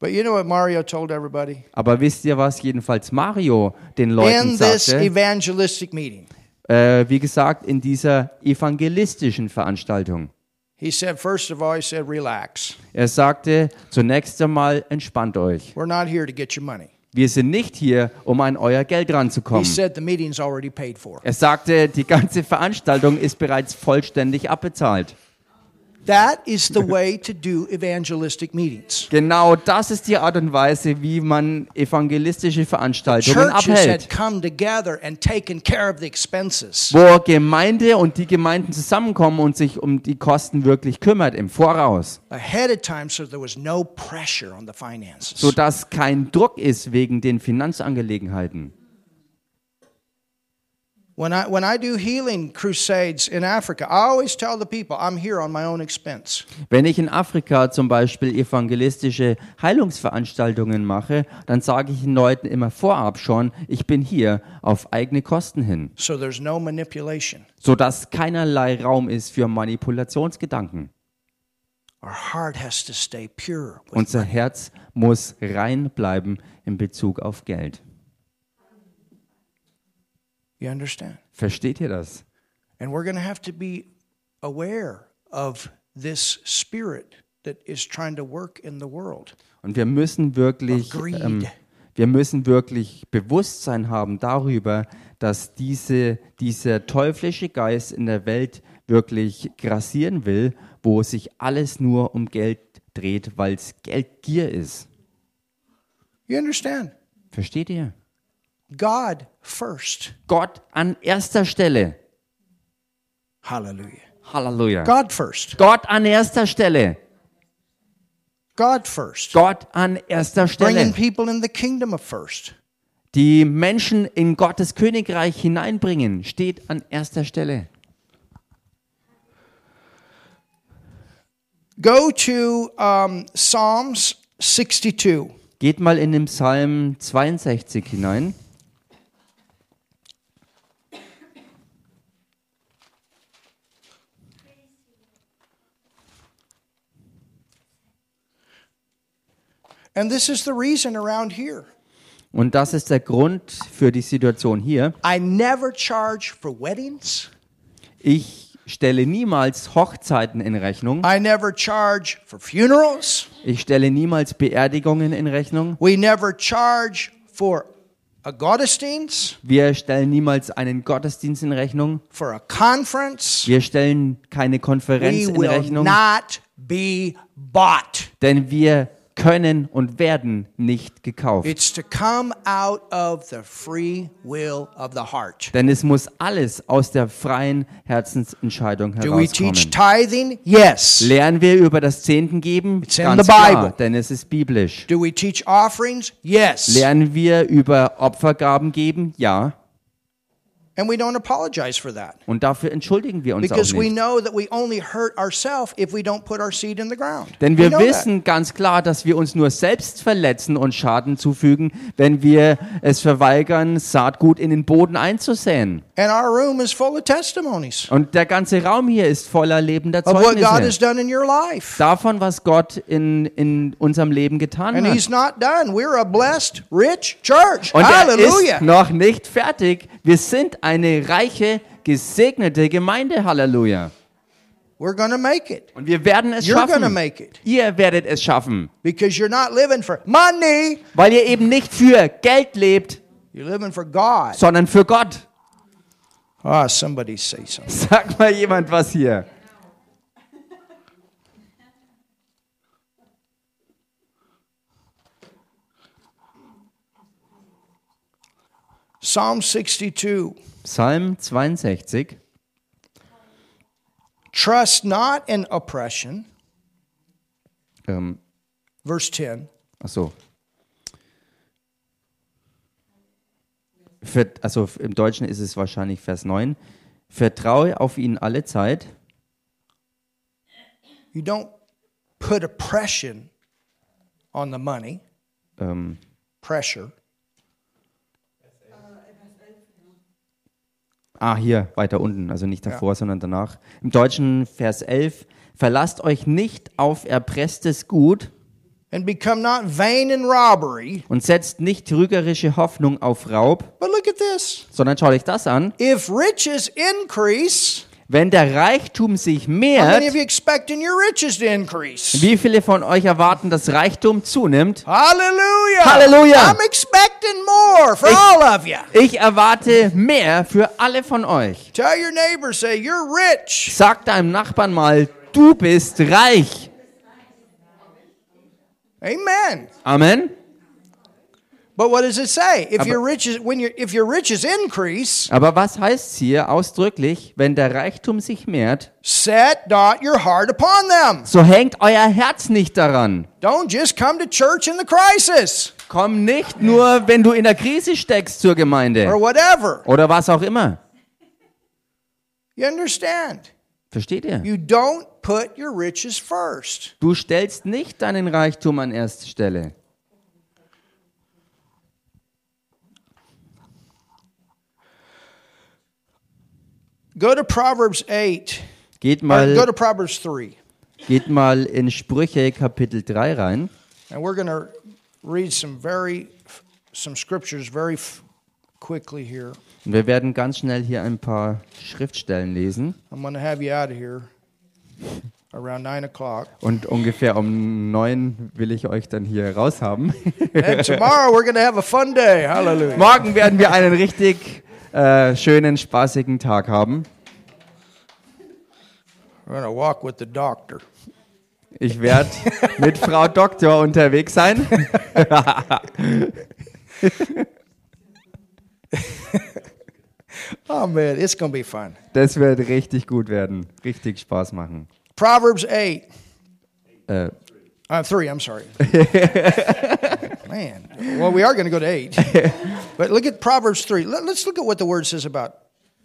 S2: But you know what Mario told everybody?
S1: Aber wisst ihr was? Jedenfalls Mario den Leuten
S2: In this
S1: sagte,
S2: evangelistic meeting,
S1: äh, wie gesagt, in dieser evangelistischen Veranstaltung.
S2: he said, First of all, he said, Relax.
S1: Er sagte, zunächst einmal entspannt euch.
S2: We're not here to get your money.
S1: Wir sind nicht hier, um an euer Geld
S2: He
S1: ranzukommen.
S2: said the meeting's already paid for.
S1: Er sagte, die ganze Veranstaltung ist bereits vollständig abbezahlt.
S2: That is the way to do evangelistic meetings.
S1: Genau das ist die Art und Weise, wie man evangelistische Veranstaltungen
S2: Churches had
S1: abhält.
S2: come together and taken care of the expenses.
S1: Wo Gemeinde und die Gemeinden zusammenkommen und sich um die Kosten wirklich kümmert im Voraus,
S2: ahead of time so there was no pressure on the finances.
S1: sodass kein Druck ist wegen den Finanzangelegenheiten.
S2: when I when I do healing crusades in Africa, I always tell the people I'm here on my own expense.
S1: Wenn ich in Afrika zum Beispiel evangelistische Heilungsveranstaltungen mache, dann sage ich den Leuten immer vorab schon, ich bin hier auf eigene Kosten hin.
S2: So there's no manipulation.
S1: sodass keinerlei Raum ist für Manipulationsgedanken.
S2: Our heart has to stay pure.
S1: Unser Herz muss rein bleiben in Bezug auf Geld.
S2: You understand?
S1: Versteht ihr das?
S2: And we're going to have to be aware of this spirit that is trying to work in the world.
S1: Und wir müssen wirklich,
S2: Of greed.
S1: ähm, wir müssen wirklich Bewusstsein haben darüber, dass diese, dieser teuflische Geist in der Welt wirklich grassieren will, wo sich alles nur um Geld dreht, weil es Geldgier ist.
S2: You understand?
S1: Versteht ihr?
S2: God first.
S1: Gott an erster Stelle.
S2: Hallelujah.
S1: Halleluja.
S2: God first.
S1: Gott an erster Stelle.
S2: God first.
S1: Gott an erster
S2: Bringing
S1: Stelle.
S2: people in the kingdom of first.
S1: Die Menschen in Gottes Königreich hineinbringen, steht an erster Stelle.
S2: Go to um, Psalms 62.
S1: Geht mal in den Psalm 62 hinein.
S2: And this is the reason around here.
S1: Und das ist der Grund für die Situation hier.
S2: I never charge for weddings.
S1: Ich stelle niemals Hochzeiten in Rechnung.
S2: I never charge for funerals.
S1: Ich stelle niemals Beerdigungen in Rechnung.
S2: We never charge for a Gottesdienst,
S1: Wir stellen niemals einen Gottesdienst in Rechnung.
S2: for a conference.
S1: Wir stellen keine Konferenz
S2: We
S1: in
S2: will
S1: Rechnung,
S2: not be bought.
S1: denn wir können und werden nicht gekauft.
S2: It's to come out of the free will of the heart.
S1: Denn es muss alles aus der freien Herzensentscheidung
S2: Do we teach
S1: herauskommen.
S2: tithing? Yes.
S1: Lernen wir über das Zehntengeben?
S2: in
S1: Ganz
S2: the
S1: klar,
S2: Bible.
S1: denn es ist biblisch.
S2: Do we teach offerings? Yes.
S1: Lernen wir über Opfergaben geben? Ja.
S2: And we don't apologize for that
S1: Und dafür entschuldigen wir uns
S2: because
S1: auch
S2: we
S1: nicht.
S2: know that we only hurt ourselves if we don't put our seed in the ground.
S1: Denn
S2: We
S1: wir
S2: know that.
S1: wissen ganz klar, dass wir uns nur selbst verletzen und Schaden zufügen, wenn wir es verweigern, Saatgut in den Boden einzusäen.
S2: And our room is full of testimonies
S1: Und der ganze Raum hier ist voller lebender
S2: of what God has
S1: Zeugnisse.
S2: done in your life.
S1: Davon, was Gott in, in unserem Leben getan
S2: And
S1: hat.
S2: He's not done. We're a blessed, rich church.
S1: Und er ist
S2: Hallelujah.
S1: noch nicht fertig. Wir sind eine reiche, gesegnete Gemeinde. Halleluja.
S2: We're going to make it
S1: Und wir werden es
S2: You're gonna
S1: schaffen.
S2: make it.
S1: Ihr werdet es schaffen.
S2: because you're not living for money,
S1: Weil ihr eben nicht für Geld lebt,
S2: you're living for God.
S1: sondern für Gott.
S2: Ah, somebody say something.
S1: Sag mal jemand was hier.
S2: Psalm 62
S1: Psalm 62.
S2: Trust not in oppression.
S1: Ähm,
S2: Verse 10.
S1: ach so. Ver, also im Deutschen ist es wahrscheinlich Vers 9. Vertraue auf ihn alle Zeit.
S2: You don't put oppression on the money,
S1: Ähm,
S2: pressure.
S1: Ah, hier, weiter unten, also nicht davor, sondern danach. Im Deutschen Vers 11, verlasst euch nicht auf erpresstes Gut
S2: And become not vain in robbery.
S1: und setzt nicht trügerische Hoffnung auf Raub,
S2: But look at this.
S1: sondern schaut euch das an.
S2: If riches increase,
S1: Wenn der Reichtum sich
S2: how many of
S1: mehrt,
S2: you expecting your riches to increase?
S1: wie viele von euch erwarten, dass Reichtum zunimmt?
S2: Hallelujah.
S1: Hallelujah.
S2: I'm expecting more for all of you.
S1: Ich erwarte mehr für alle von euch.
S2: Tell your neighbor, say, you're rich.
S1: Sag deinem Nachbarn mal, du bist reich.
S2: Amen.
S1: Amen.
S2: But what does it say? If
S1: Aber-
S2: your riches when your if your riches increase,
S1: Aber was heißt hier ausdrücklich, wenn der Reichtum sich mehrt,
S2: set not your heart upon them.
S1: so hängt euer Herz nicht daran.
S2: Don't just come to church in the crisis
S1: Komm nicht nur, wenn du in der Krise steckst zur
S2: or
S1: Gemeinde
S2: whatever.
S1: oder was auch immer.
S2: You understand?
S1: Versteht ihr?
S2: You don't put your riches first.
S1: Du stellst nicht deinen Reichtum an erste Stelle.
S2: Go to Proverbs 8.
S1: Geht
S2: Or go
S1: mal,
S2: to Proverbs 3.
S1: geht mal in Sprüche Kapitel 3 rein.
S2: And we're going to read some very some scriptures very f- quickly here.
S1: Und wir werden ganz schnell hier ein paar Schriftstellen lesen.
S2: I'm going to have you out of here around nine o'clock.
S1: Und ungefähr um neun will ich euch dann hier raushaben.
S2: And tomorrow we're going to have a fun day. Hallelujah.
S1: Morgen werden wir einen richtig äh, schönen, spaßigen Tag haben.
S2: We're going to walk with the doctor.
S1: Ich werde mit Frau Doktor unterwegs sein.
S2: Oh man, it's going to be fun.
S1: Das wird richtig gut werden. Richtig Spaß machen.
S2: Proverbs 8.
S1: Äh,
S2: Uh, three, I'm sorry. Man, well, we are going to go to eight. But look at Proverbs 3. Let, us look at what the word says about.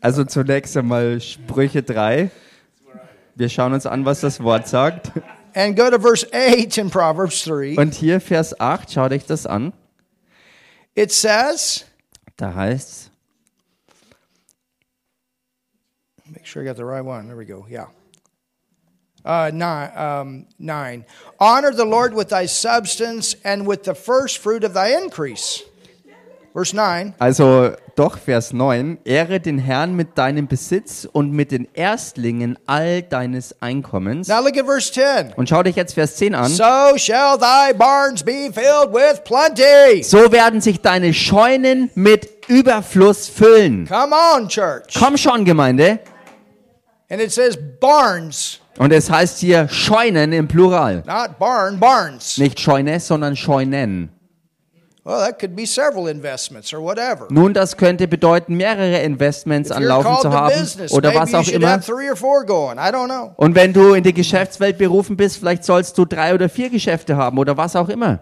S1: also zunächst einmal Sprüche 3. Wir schauen uns an, was das Wort sagt.
S2: And go to verse 8 in Proverbs 3.
S1: Und hier Vers 8, schaut euch das an.
S2: It says,
S1: Da heißt
S2: make sure I got the right one. There we go. Yeah. uh, nine, um, 9. Honor the Lord with thy substance and with the first fruit of thy increase. Verse 9.
S1: Also doch, Vers 9, Ehre den Herrn mit deinem Besitz und mit den Erstlingen all deines Einkommens.
S2: Now look at verse 10.
S1: Und schau dich jetzt Vers 10 an.
S2: So shall thy barns be filled with plenty.
S1: So werden sich deine Scheunen mit Überfluss füllen.
S2: Come on, church.
S1: Komm schon, Gemeinde.
S2: And it says barns,
S1: Und es heißt hier Scheunen im Plural.
S2: not barn, barns.
S1: Nicht Scheune, sondern Scheunen.
S2: Well, that could be several investments or whatever.
S1: Nun, das könnte bedeuten, mehrere Investments
S2: If you're
S1: anlaufen
S2: called
S1: zu
S2: to
S1: haben
S2: business,
S1: oder
S2: maybe
S1: was
S2: you
S1: auch
S2: should
S1: immer.
S2: have three or four going. I don't know.
S1: Und wenn du in die Geschäftswelt berufen bist, vielleicht sollst du drei oder vier Geschäfte haben oder was auch immer.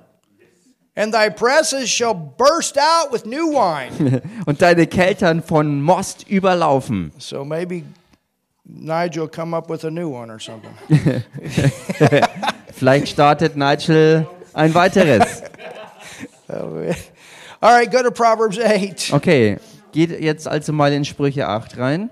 S2: And thy presses shall burst out with new wine.
S1: Und deine Keltern von Most überlaufen.
S2: so maybe Nigel come up with a new one or something.
S1: Vielleicht startet Nigel ein weiteres.
S2: All right, go to Proverbs 8.
S1: Okay, geht jetzt also mal in Sprüche 8 rein.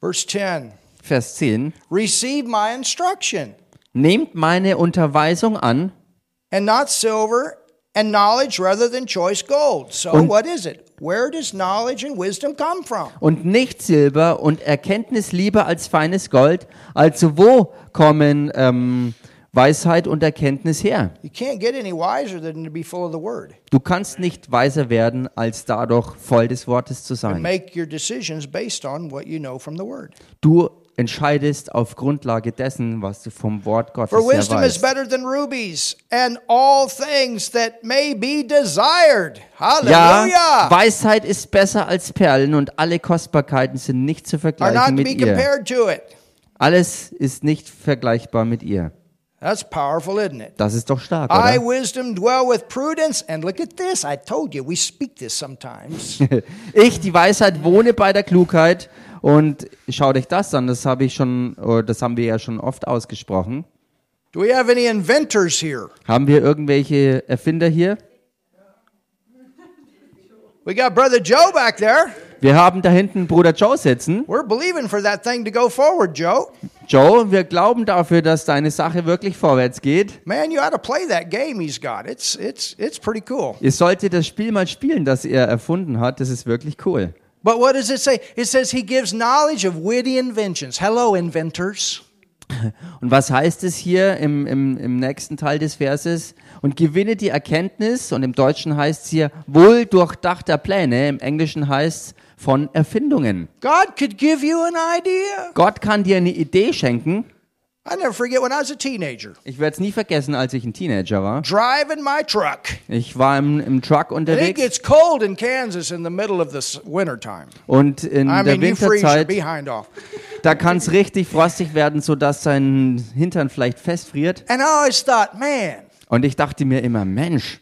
S2: Verse 10.
S1: Vers 10.
S2: Receive my instruction,
S1: Nehmt meine Unterweisung an
S2: and not silver and knowledge rather than choice gold. So what is it? Where does knowledge and wisdom come from?
S1: und nicht Silber und Erkenntnis lieber als feines Gold. Also wo kommen ähm, Weisheit und Erkenntnis her?
S2: You can't get any wiser than to be full of the word.
S1: Du kannst nicht weiser werden, als dadurch voll des Wortes zu sein.
S2: Make your decisions based on what you know from the word.
S1: Du entscheidest auf Grundlage dessen, was du vom Wort Gottes
S2: For
S1: her
S2: wisdom
S1: weißt.
S2: is better than rubies, and all things that may be desired.
S1: Ja,
S2: Hallelujah!
S1: Weisheit ist besser als Perlen und alle Kostbarkeiten sind nicht zu
S2: Are not
S1: vergleichen
S2: to
S1: mit
S2: be
S1: ihr.
S2: compared to it.
S1: Alles ist nicht vergleichbar mit ihr.
S2: That's powerful, isn't it?
S1: Das ist doch stark,
S2: I,
S1: oder?
S2: wisdom, dwell with prudence. And look at this. I told you, we speak this sometimes.
S1: Ich, die Weisheit, wohne bei der Klugheit und schau dich das an. Das habe ich schon, oh, das haben wir ja schon oft ausgesprochen.
S2: Do we have any inventors here?
S1: Haben wir irgendwelche Erfinder hier?
S2: We got Brother Joe back there.
S1: Wir haben da hinten Bruder Joe sitzen.
S2: We're believing for that thing to go forward, Joe.
S1: Joe, wir glauben dafür, dass deine Sache wirklich vorwärts geht.
S2: Man, you ought to play that game he's got. It's it's it's pretty cool.
S1: Ihr solltet das Spiel mal spielen, das er erfunden hat. Das ist wirklich cool.
S2: But what does it say? It says he gives knowledge of witty inventions. Hello, inventors.
S1: Und was heißt es hier im, im, im nächsten Teil des Verses? Und gewinne die Erkenntnis, und im Deutschen heißt es hier wohl durchdachter Pläne, im Englischen heißt es von Erfindungen.
S2: God could give you an idea.
S1: Gott kann dir eine Idee schenken.
S2: I never forget when I was a teenager
S1: Ich werde es nie vergessen, als ich ein Teenager war.
S2: driving my truck.
S1: Ich war im, im Truck
S2: And it
S1: unterwegs
S2: gets cold in Kansas in the middle of the s- wintertime.
S1: und in
S2: I
S1: der
S2: mean, you freeze your
S1: Winterzeit,
S2: behind off.
S1: da kann es richtig frostig werden, sodass dein Hintern vielleicht festfriert.
S2: And I always thought, man,
S1: Und ich dachte mir immer, Mensch,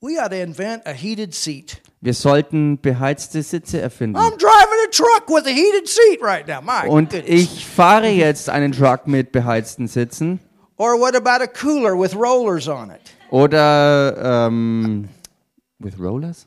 S2: we ought to invent a heated seat.
S1: Wir sollten beheizte Sitze erfinden.
S2: I'm driving a truck with a heated seat right now. My
S1: Und
S2: goodness.
S1: ich fahre jetzt einen Truck mit beheizten Sitzen
S2: Or what about a cooler with rollers on it?
S1: oder ähm, with rollers?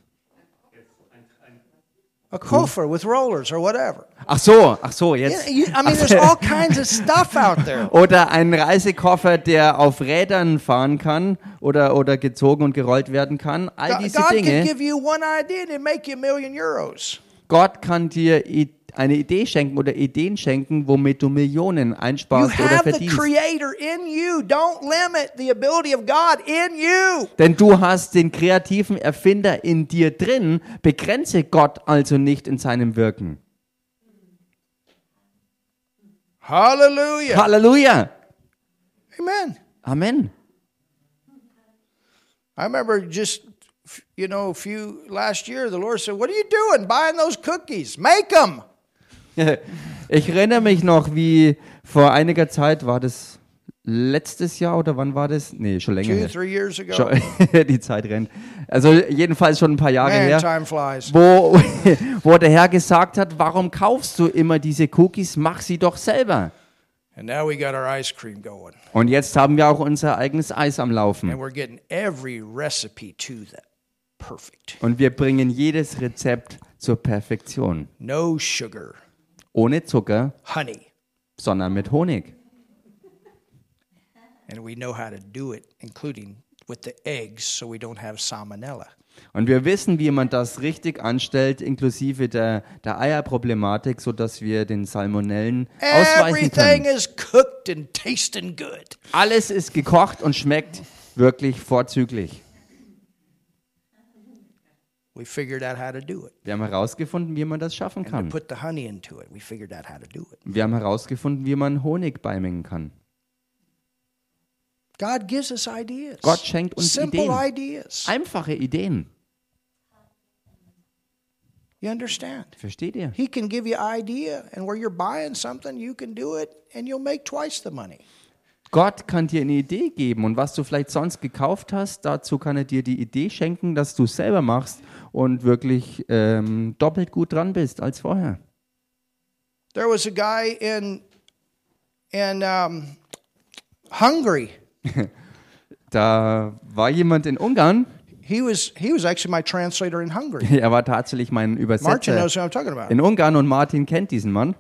S2: A cooler with rollers or whatever.
S1: Ach so, ach so,
S2: Yeah,
S1: jetzt.
S2: you, I mean, there's all kinds of stuff out there.
S1: Oder einen Reisekoffer, der auf Rädern fahren kann oder, oder gezogen und gerollt werden kann. All
S2: God,
S1: diese
S2: God can
S1: Dinge.
S2: give you one idea and it'll make you a million euros.
S1: Gott kann dir i- eine Idee schenken oder Ideen schenken, womit du Millionen
S2: You
S1: einsparst oder
S2: have the
S1: verdienst.
S2: Creator in you. Don't limit the ability of God in you.
S1: Denn du hast den kreativen Erfinder in dir drin, begrenze Gott also nicht in seinem Wirken.
S2: Hallelujah.
S1: Halleluja!
S2: Amen.
S1: Amen.
S2: I remember just, f- you know, a few last year, the Lord said, What are you doing buying those cookies? Make them.
S1: Ich erinnere mich noch, wie vor einiger Zeit war das letztes Jahr oder wann war das? Nee, schon länger
S2: Two,
S1: her.
S2: three years ago.
S1: Schon, die Zeit rennt. Also jedenfalls schon ein paar Jahre
S2: Man,
S1: her.
S2: time flies.
S1: Wo, wo der Herr gesagt hat, warum kaufst du immer diese Cookies? Mach sie doch selber.
S2: And now we got our ice cream going.
S1: Und jetzt haben wir auch unser eigenes Eis am Laufen.
S2: And we're getting every recipe to that perfect.
S1: Und wir bringen jedes Rezept zur Perfektion.
S2: No sugar,
S1: Ohne Zucker,
S2: honey.
S1: sondern mit Honig.
S2: And we know how to do it, including with the eggs, so we don't have salmonella.
S1: Und wir wissen, wie man das richtig anstellt, inklusive der, der Eierproblematik, sodass wir den Salmonellen ausweichen
S2: Everything
S1: können.
S2: is cooked and tasting good.
S1: Alles ist gekocht und schmeckt wirklich vorzüglich.
S2: We figured out how to do it.
S1: Wir haben herausgefunden, wie man das schaffen
S2: We
S1: kann.
S2: put the honey into it. We figured out how to do it.
S1: Wir haben herausgefunden, wie man Honig beimengen kann.
S2: God gives us ideas.
S1: Gott schenkt uns
S2: simple
S1: Ideen.
S2: ideas.
S1: Einfache Ideen.
S2: you understand?
S1: Versteht ihr?
S2: He can give you idea, and where you're buying something, you can do it, and you'll make twice the money.
S1: Gott kann dir eine Idee geben und was du vielleicht sonst gekauft hast, dazu kann er dir die Idee schenken, dass du es selber machst und wirklich ähm, doppelt gut dran bist als vorher.
S2: There was a guy in in um, Hungary.
S1: Da war jemand in Ungarn,
S2: He was he was actually my translator in Hungary.
S1: er war tatsächlich mein
S2: Martin
S1: Übersetzer
S2: knows what I'm talking about.
S1: in Ungarn und Martin kennt diesen Mann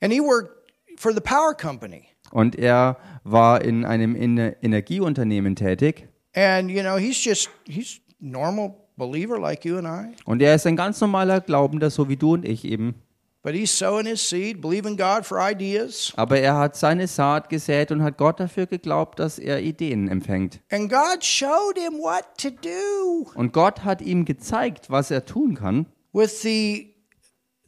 S2: And he worked for the power company.
S1: und er war in einem Ener- Energieunternehmen tätig
S2: And you know, he's just he's normal believer like you and I.
S1: und er ist ein ganz normaler Glaubender, so wie du und ich eben.
S2: But he's sowing his seed, believing God for ideas.
S1: Aber er hat seine Saat gesät und hat Gott dafür geglaubt, dass er Ideen empfängt.
S2: And God showed him what to do
S1: Und Gott hat ihm gezeigt, was er tun kann
S2: with the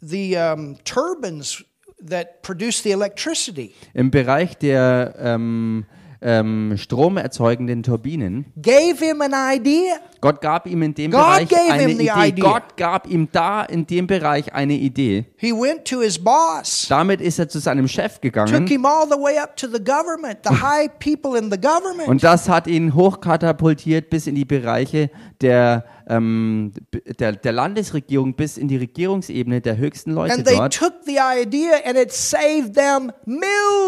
S2: the um, turbines that produce the electricity.
S1: im Bereich der ähm, ähm, stromerzeugenden Turbinen.
S2: Gave him an idea.
S1: Gott gab ihm in dem
S2: God
S1: Bereich
S2: gave
S1: eine
S2: him the
S1: Idee.
S2: idea.
S1: Gott gab ihm da in dem Bereich eine Idee.
S2: He went to his boss,
S1: Damit ist er zu seinem Chef
S2: took
S1: gegangen
S2: him all the way up to the government, the high people in the government.
S1: und das hat ihn hochkatapultiert bis in die Bereiche der, ähm, der, der Landesregierung, bis in die Regierungsebene der höchsten Leute
S2: And they
S1: dort.
S2: took the idea and it saved them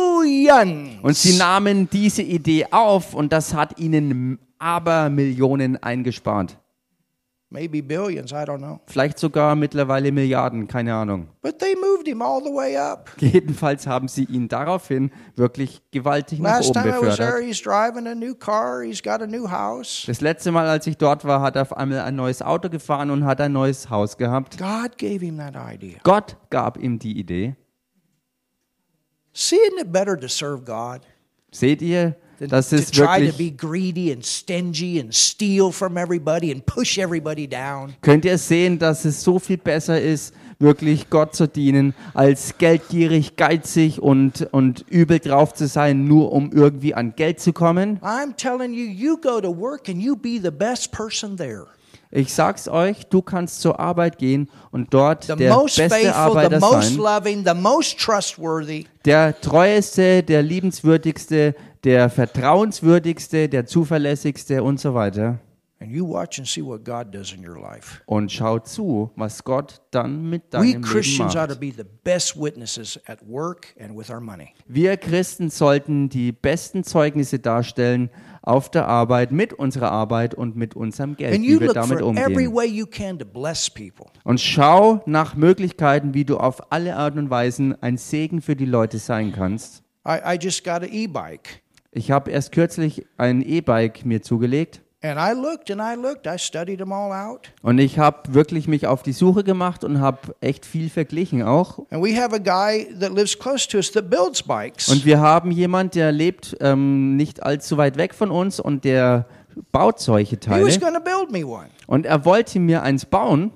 S2: millions.
S1: Und sie nahmen diese Idee auf und das hat ihnen aber Millionen eingespart.
S2: Maybe billions, I don't know.
S1: Vielleicht sogar mittlerweile Milliarden, keine Ahnung.
S2: But they moved him all the way up.
S1: Jedenfalls haben sie ihn daraufhin wirklich gewaltig nach
S2: Last
S1: oben
S2: time I was there,
S1: befördert.
S2: he's driving a new car, he's got a new house.
S1: Das letzte Mal, als ich dort war, hat er auf einmal ein neues Auto gefahren und hat ein neues Haus gehabt.
S2: God gave him that idea.
S1: Gott gab ihm die Idee.
S2: See, isn't it better to serve God?
S1: Seht ihr, das
S2: to
S1: ist
S2: try to be
S1: wirklich.
S2: greedy and stingy and steal from everybody and push everybody down.
S1: Könnt ihr sehen, dass es so viel besser ist, wirklich Gott zu dienen, als geldgierig, geizig und, und übel drauf zu sein, nur um irgendwie an Geld zu kommen?
S2: I'm telling you, you go to work and you be the best person there.
S1: Ich sag's euch, du kannst zur Arbeit gehen und dort
S2: The
S1: der
S2: most
S1: beste
S2: faithful, the
S1: Arbeiter
S2: most
S1: sein.
S2: loving, the most trustworthy.
S1: der treueste, der liebenswürdigste, der vertrauenswürdigste, der zuverlässigste und so weiter.
S2: And you watch and see what God does in your life.
S1: Und schau zu, was Gott dann mit
S2: We
S1: deinem Leben
S2: Christians ought to
S1: macht.
S2: be the best witnesses at work and with our money.
S1: Wir Christen sollten die besten Zeugnisse darstellen auf der Arbeit, mit unserer Arbeit und mit unserem Geld,
S2: And you
S1: wie wir
S2: look
S1: damit
S2: for every
S1: umgehen.
S2: way you can to bless people.
S1: Und schau nach Möglichkeiten, wie du auf alle Art und Weisen ein Segen für die Leute sein kannst.
S2: I, I just got an e-bike.
S1: Ich habe erst kürzlich ein E-Bike mir zugelegt.
S2: And I looked and I looked. I studied them all out.
S1: Und ich habe wirklich mich auf die Suche gemacht und habe echt viel verglichen auch.
S2: And we have a guy that lives close to us that builds bikes.
S1: Und wir haben jemand, der lebt ähm, nicht allzu weit weg von uns und der baut solche
S2: he
S1: Teile.
S2: was going to build me one.
S1: Und er wollte mir eins bauen.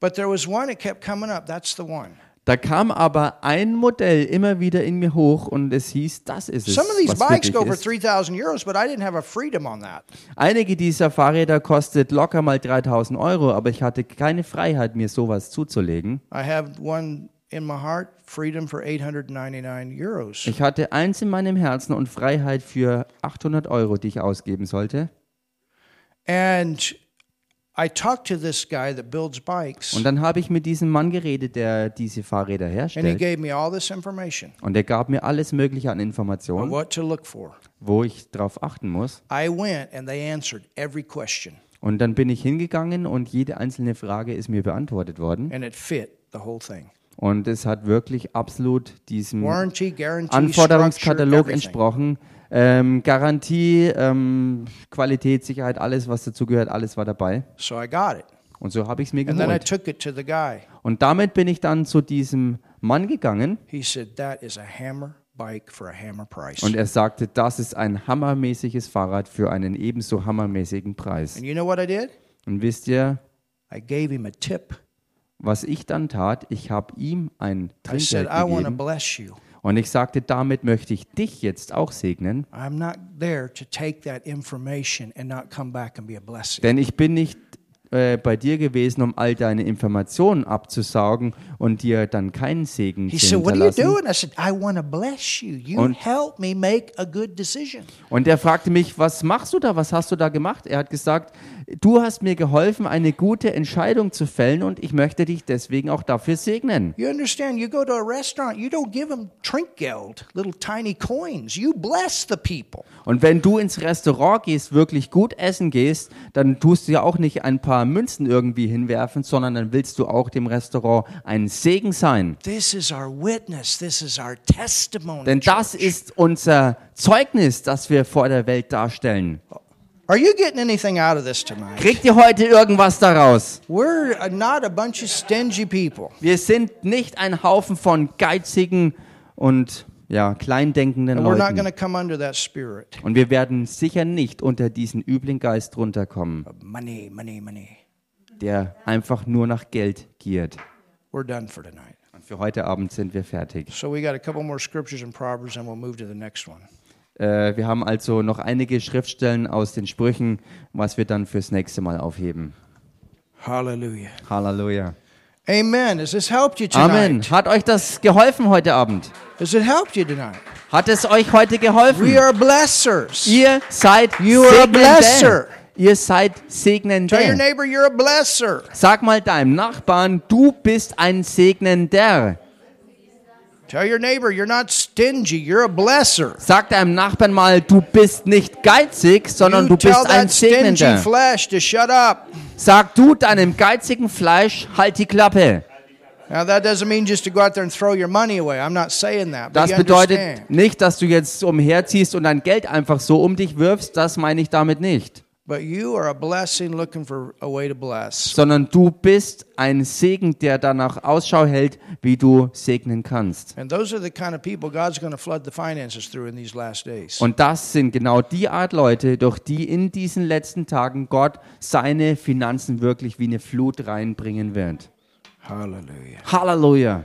S2: But there was one that kept coming up. That's the one.
S1: Da kam aber ein Modell immer wieder in mir hoch und es hieß, das ist es.
S2: Some of these
S1: Was für
S2: bikes
S1: dich
S2: go for
S1: ist.
S2: 3,000 euros, but I didn't have a freedom on that.
S1: Einige dieser Fahrräder kostet locker mal 3000 Euro, aber ich hatte keine Freiheit, mir sowas zuzulegen.
S2: I have one in my heart, freedom for 899 euros.
S1: Ich hatte eins in meinem Herzen und Freiheit für 800 Euro, die ich ausgeben sollte.
S2: And I talked to this guy that builds bikes,
S1: Und dann habe ich mit diesem Mann geredet, der diese Fahrräder
S2: and he
S1: herstellt.
S2: gave me all this information
S1: Und er gab mir alles Mögliche an
S2: on
S1: Informationen,
S2: what to look for.
S1: wo ich drauf achten muss.
S2: I went and they answered every question.
S1: Und dann bin ich hingegangen und jede einzelne Frage ist mir beantwortet worden.
S2: and it fit the whole thing.
S1: Und es hat wirklich absolut diesem
S2: Warranty, guarantee, structure,
S1: Anforderungskatalog
S2: everything.
S1: entsprochen. Ähm, Garantie, ähm, Qualität, Sicherheit, alles, was dazugehört, alles war dabei.
S2: So I got it.
S1: Und so habe ich es mir
S2: And then I
S1: geholt.
S2: took it to the guy.
S1: Und damit bin ich dann zu diesem Mann gegangen
S2: He said, That is a hammer bike for a hammer price.
S1: und
S2: And
S1: er sagte, das ist ein hammermäßiges Fahrrad für einen ebenso hammermäßigen Preis.
S2: you know what I did?
S1: Und wisst ihr,
S2: I gave him a tip.
S1: was ich dann tat? Ich habe ihm ein
S2: I
S1: Trinkgeld
S2: said, I want to
S1: gegeben
S2: bless you.
S1: und ich sagte, damit möchte ich dich jetzt auch segnen,
S2: I'm not there to take that information and not come back and be a blessing.
S1: denn ich bin nicht äh, bei dir gewesen, um all deine Informationen abzusaugen und dir dann keinen Segen
S2: He
S1: zu
S2: said, What are you
S1: hinterlassen.
S2: doing? I said, I want to bless you. You
S1: Und-
S2: help me make a good decision.
S1: Und er fragte mich, was machst du da? Was hast du da gemacht? Er hat gesagt, du hast mir geholfen, eine gute Entscheidung zu fällen und ich möchte dich deswegen auch dafür segnen.
S2: You understand? You go to a restaurant, you don't give them trinkgeld, little tiny coins. You bless the people.
S1: Und wenn du ins Restaurant gehst, wirklich gut essen gehst, dann tust du ja auch nicht ein paar Münzen irgendwie hinwerfen, sondern dann willst du auch dem Restaurant ein Segen sein.
S2: This is our witness. This is our testimony.
S1: Denn das
S2: church.
S1: ist unser Zeugnis, das wir vor der Welt darstellen.
S2: Are you getting anything out of this tonight?
S1: Kriegt ihr heute irgendwas daraus?
S2: We're uh, not a bunch of stingy people.
S1: Wir sind nicht ein Haufen von geizigen und ja, kleindenkenden
S2: And we're not going
S1: Leuten.
S2: to come under that spirit
S1: Und wir werden sicher nicht unter diesen üblen Geist runterkommen,
S2: of money, money, money.
S1: der einfach nur nach Geld giert.
S2: We're done for tonight.
S1: Und für heute Abend sind wir fertig.
S2: So we got a couple more scriptures and Proverbs, and we'll move to the next one.
S1: Äh, wir haben also noch einige Schriftstellen aus den Sprüchen, was wir dann fürs nächste Mal aufheben.
S2: Hallelujah.
S1: Halleluja.
S2: Amen. Has this helped you tonight?
S1: Amen. Hat euch das geholfen heute Abend?
S2: Has it helped you tonight?
S1: Hat es euch heute
S2: We
S1: geholfen?
S2: are blessers.
S1: Ihr seid
S2: You are a
S1: Segnenden.
S2: blesser.
S1: Ihr seid
S2: Tell your
S1: Segnenden.
S2: neighbor you're a blesser.
S1: Sag mal deinem Nachbarn, du bist ein Segnender.
S2: Tell your neighbor you're not stingy, you're a blesser.
S1: Sag deinem Nachbarn mal, du bist nicht geizig, sondern du
S2: you
S1: bist
S2: tell
S1: ein
S2: that stingy
S1: Segnender.
S2: flesh to shut up.
S1: Sag du deinem geizigen Fleisch, halt die Klappe.
S2: Now that doesn't mean just to go out there and throw your money away. I'm not saying that. But
S1: Das
S2: you
S1: bedeutet
S2: understand.
S1: nicht, dass du jetzt umherziehst und dein Geld einfach so um dich wirfst. Das meine ich damit nicht.
S2: But you are a blessing looking for a way to bless.
S1: Sondern du bist ein Segen, der danach Ausschau hält, wie du segnen kannst.
S2: And those are the kind of people God's going to flood the finances through in these last days.
S1: Und das sind genau die Art Leute, durch die in diesen letzten Tagen Gott seine Finanzen wirklich wie eine Flut reinbringen wird.
S2: Hallelujah.
S1: Halleluja.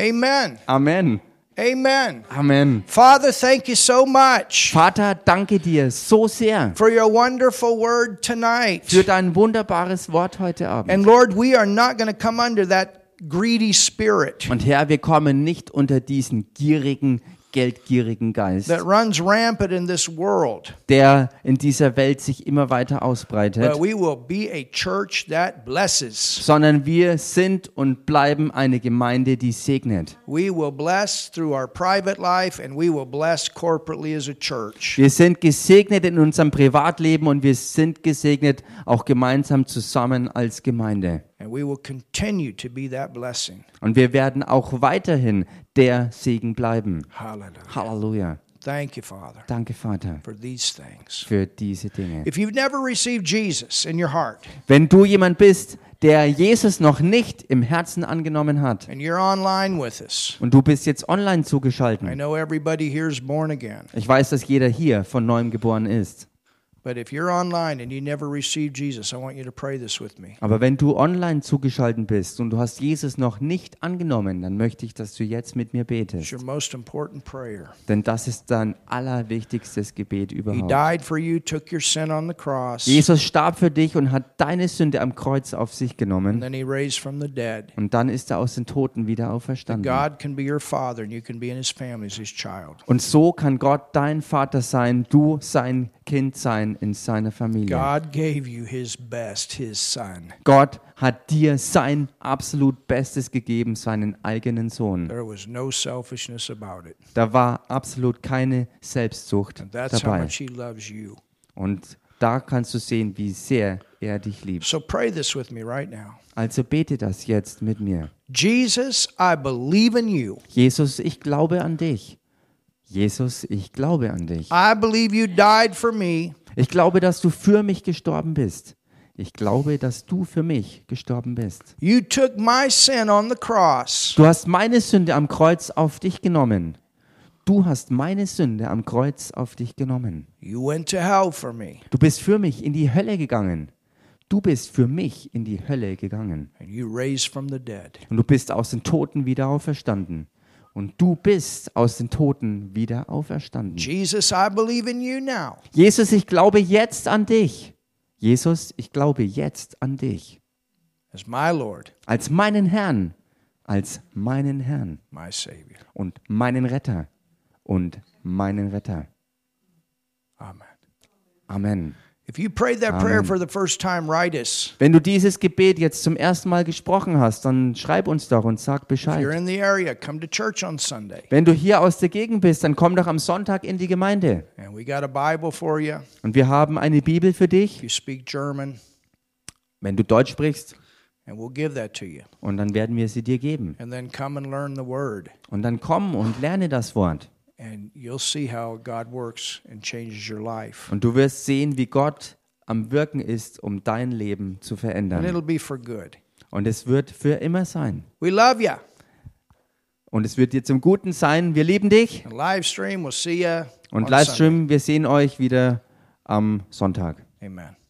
S2: Amen.
S1: Amen.
S2: Amen.
S1: Amen.
S2: Father, thank you so much
S1: Vater, danke dir so sehr
S2: for your wonderful word tonight.
S1: für dein wunderbares Wort heute Abend.
S2: And Lord, we are not going to come under that greedy spirit
S1: Und Herr, wir kommen nicht unter diesen gierigen, geldgierigen Geist,
S2: that runs rampant in this world,
S1: der in dieser Welt sich immer weiter ausbreitet,
S2: but we will be a church that blesses.
S1: sondern wir sind und bleiben eine Gemeinde, die segnet.
S2: We will bless through our private life and we will bless corporately as a church.
S1: Wir sind gesegnet in unserem Privatleben und wir sind gesegnet auch gemeinsam zusammen als Gemeinde.
S2: And we will continue to be that blessing.
S1: Und wir werden auch weiterhin der Segen bleiben.
S2: Hallelujah.
S1: Halleluja.
S2: Thank you, Father,
S1: Danke, Vater,
S2: for these things.
S1: für diese Dinge.
S2: If you've never received Jesus in your heart
S1: Wenn du jemand bist, der Jesus noch nicht im Herzen angenommen hat,
S2: and you're online with us,
S1: Und du bist jetzt online
S2: I
S1: zugeschaltet.
S2: know everybody here is born again.
S1: Ich weiß, dass jeder hier von neuem geboren ist.
S2: But if you're online and you never received Jesus, I want you to pray this with me.
S1: Aber wenn du online zugeschaltet bist und du hast Jesus noch nicht angenommen, dann möchte ich, dass du jetzt mit mir
S2: It's
S1: betest.
S2: your most important prayer.
S1: Denn das ist dein allerwichtigstes Gebet
S2: He
S1: überhaupt.
S2: died for you, took your sin on the cross, and
S1: Jesus starb für dich und hat deine Sünde am Kreuz auf sich genommen.
S2: then he raised from the dead.
S1: Und dann ist er aus den Toten wieder auferstanden.
S2: God can be your father and you can be in his family as his child.
S1: Und so kann Gott dein Vater sein, du sein Kind sein in seiner Familie.
S2: God gave you his best, his son.
S1: Gott hat dir sein absolut Bestes gegeben, seinen eigenen Sohn.
S2: There was no selfishness about it.
S1: Da war absolut keine Selbstsucht
S2: And that's how
S1: dabei.
S2: much he loves you.
S1: Und Da kannst du sehen, wie sehr er dich liebt.
S2: So pray this with me right now.
S1: Also bete das jetzt mit mir.
S2: Jesus, I believe in you.
S1: Jesus, ich glaube an dich. Jesus, ich glaube an dich.
S2: I believe you died for me.
S1: Ich glaube, dass du für mich gestorben bist. Ich glaube, dass du für mich gestorben bist.
S2: You took my sin on the cross.
S1: Du hast meine Sünde am Kreuz auf dich genommen. Du hast meine Sünde am Kreuz auf dich genommen.
S2: You went to hell for me.
S1: Du bist für mich in die Hölle gegangen. Du bist für mich in die Hölle gegangen.
S2: And you raised from the dead.
S1: Und du bist aus den Toten wieder auferstanden. Und du bist aus den Toten wieder auferstanden.
S2: Jesus, I believe in you now.
S1: Jesus, ich glaube jetzt an dich. Jesus, ich glaube jetzt an dich.
S2: as my Lord,
S1: Als meinen Herrn. Als meinen Herrn.
S2: my Savior.
S1: Und meinen Retter. Und meinen Retter.
S2: Amen.
S1: Amen.
S2: If you prayed that prayer for the first time, write us.
S1: Wenn du dieses Gebet jetzt zum ersten Mal gesprochen hast, dann schreib uns doch und sag
S2: If you're
S1: Bescheid.
S2: in the area, come to church on Sunday.
S1: Wenn du hier aus der Gegend bist, dann komm doch am Sonntag in die Gemeinde.
S2: And we got a Bible for you.
S1: Und wir haben eine Bibel für
S2: If
S1: dich,
S2: you speak German,
S1: wenn du Deutsch sprichst.
S2: and we'll give that to you.
S1: Und dann werden wir sie dir geben.
S2: And then come and learn the Word.
S1: Und dann komm und lerne das Wort.
S2: And you'll see how God works and changes your life.
S1: Und du wirst sehen, wie Gott am Wirken ist, um dein Leben zu
S2: And
S1: verändern.
S2: it'll be for good.
S1: Und es wird für immer sein.
S2: We love you.
S1: Und es wird dir zum Guten sein. Wir lieben dich.
S2: And live stream, we'll see you.
S1: Und Livestream, wir sehen euch wieder am Sonntag.
S2: Amen.